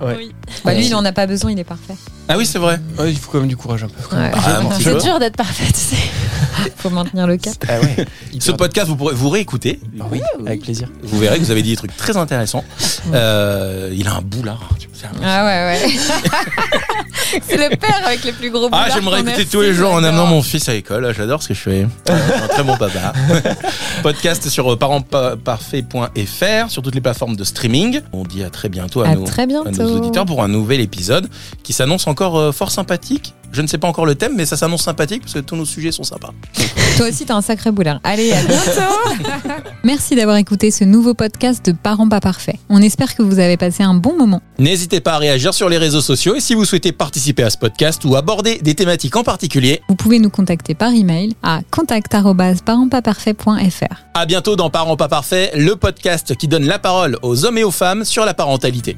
C: Bah, lui, il en a pas besoin. Il est parfait.
B: Ah oui, c'est vrai.
E: Ouais, il faut quand même du courage un peu.
C: Ouais.
B: Ah, bon, tu
D: C'est
B: vois.
D: dur d'être parfaite, c'est.
C: Faut maintenir le cap.
E: Ah ouais.
B: Ce podcast, vous pourrez vous réécouter.
E: Ah oui, avec plaisir.
B: Vous verrez que vous avez dit des trucs très intéressants. Euh, il a un boulard. C'est un-
C: Ah ouais ouais.
D: C'est le père avec les plus gros
B: Ah, j'aimerais écouter tous les jours en amenant mon fils à l'école. Ah, J'adore ce que je fais. Je suis un très bon papa. Podcast sur euh, parentsparfait.fr, sur toutes les plateformes de streaming. On dit à très bientôt à,
C: À
B: nos,
C: très
B: à
C: bientôt.
B: nos auditeurs pour un nouvel épisode qui s'annonce encore euh, fort sympathique. Je ne sais pas encore le thème, mais ça s'annonce sympathique parce que tous nos sujets sont sympas.
C: Toi aussi, t'as un sacré boulard. Allez, à bientôt Merci d'avoir écouté ce nouveau podcast de Parents pas parfaits. On espère que vous avez passé un bon moment.
B: N'hésitez pas à réagir sur les réseaux sociaux et si vous souhaitez participer à ce podcast ou aborder des thématiques en particulier,
C: Vous pouvez nous contacter par email à contact@parentspasparfaits.fr.
B: à bientôt dans Parents pas parfaits, le podcast qui donne la parole aux hommes et aux femmes sur la parentalité.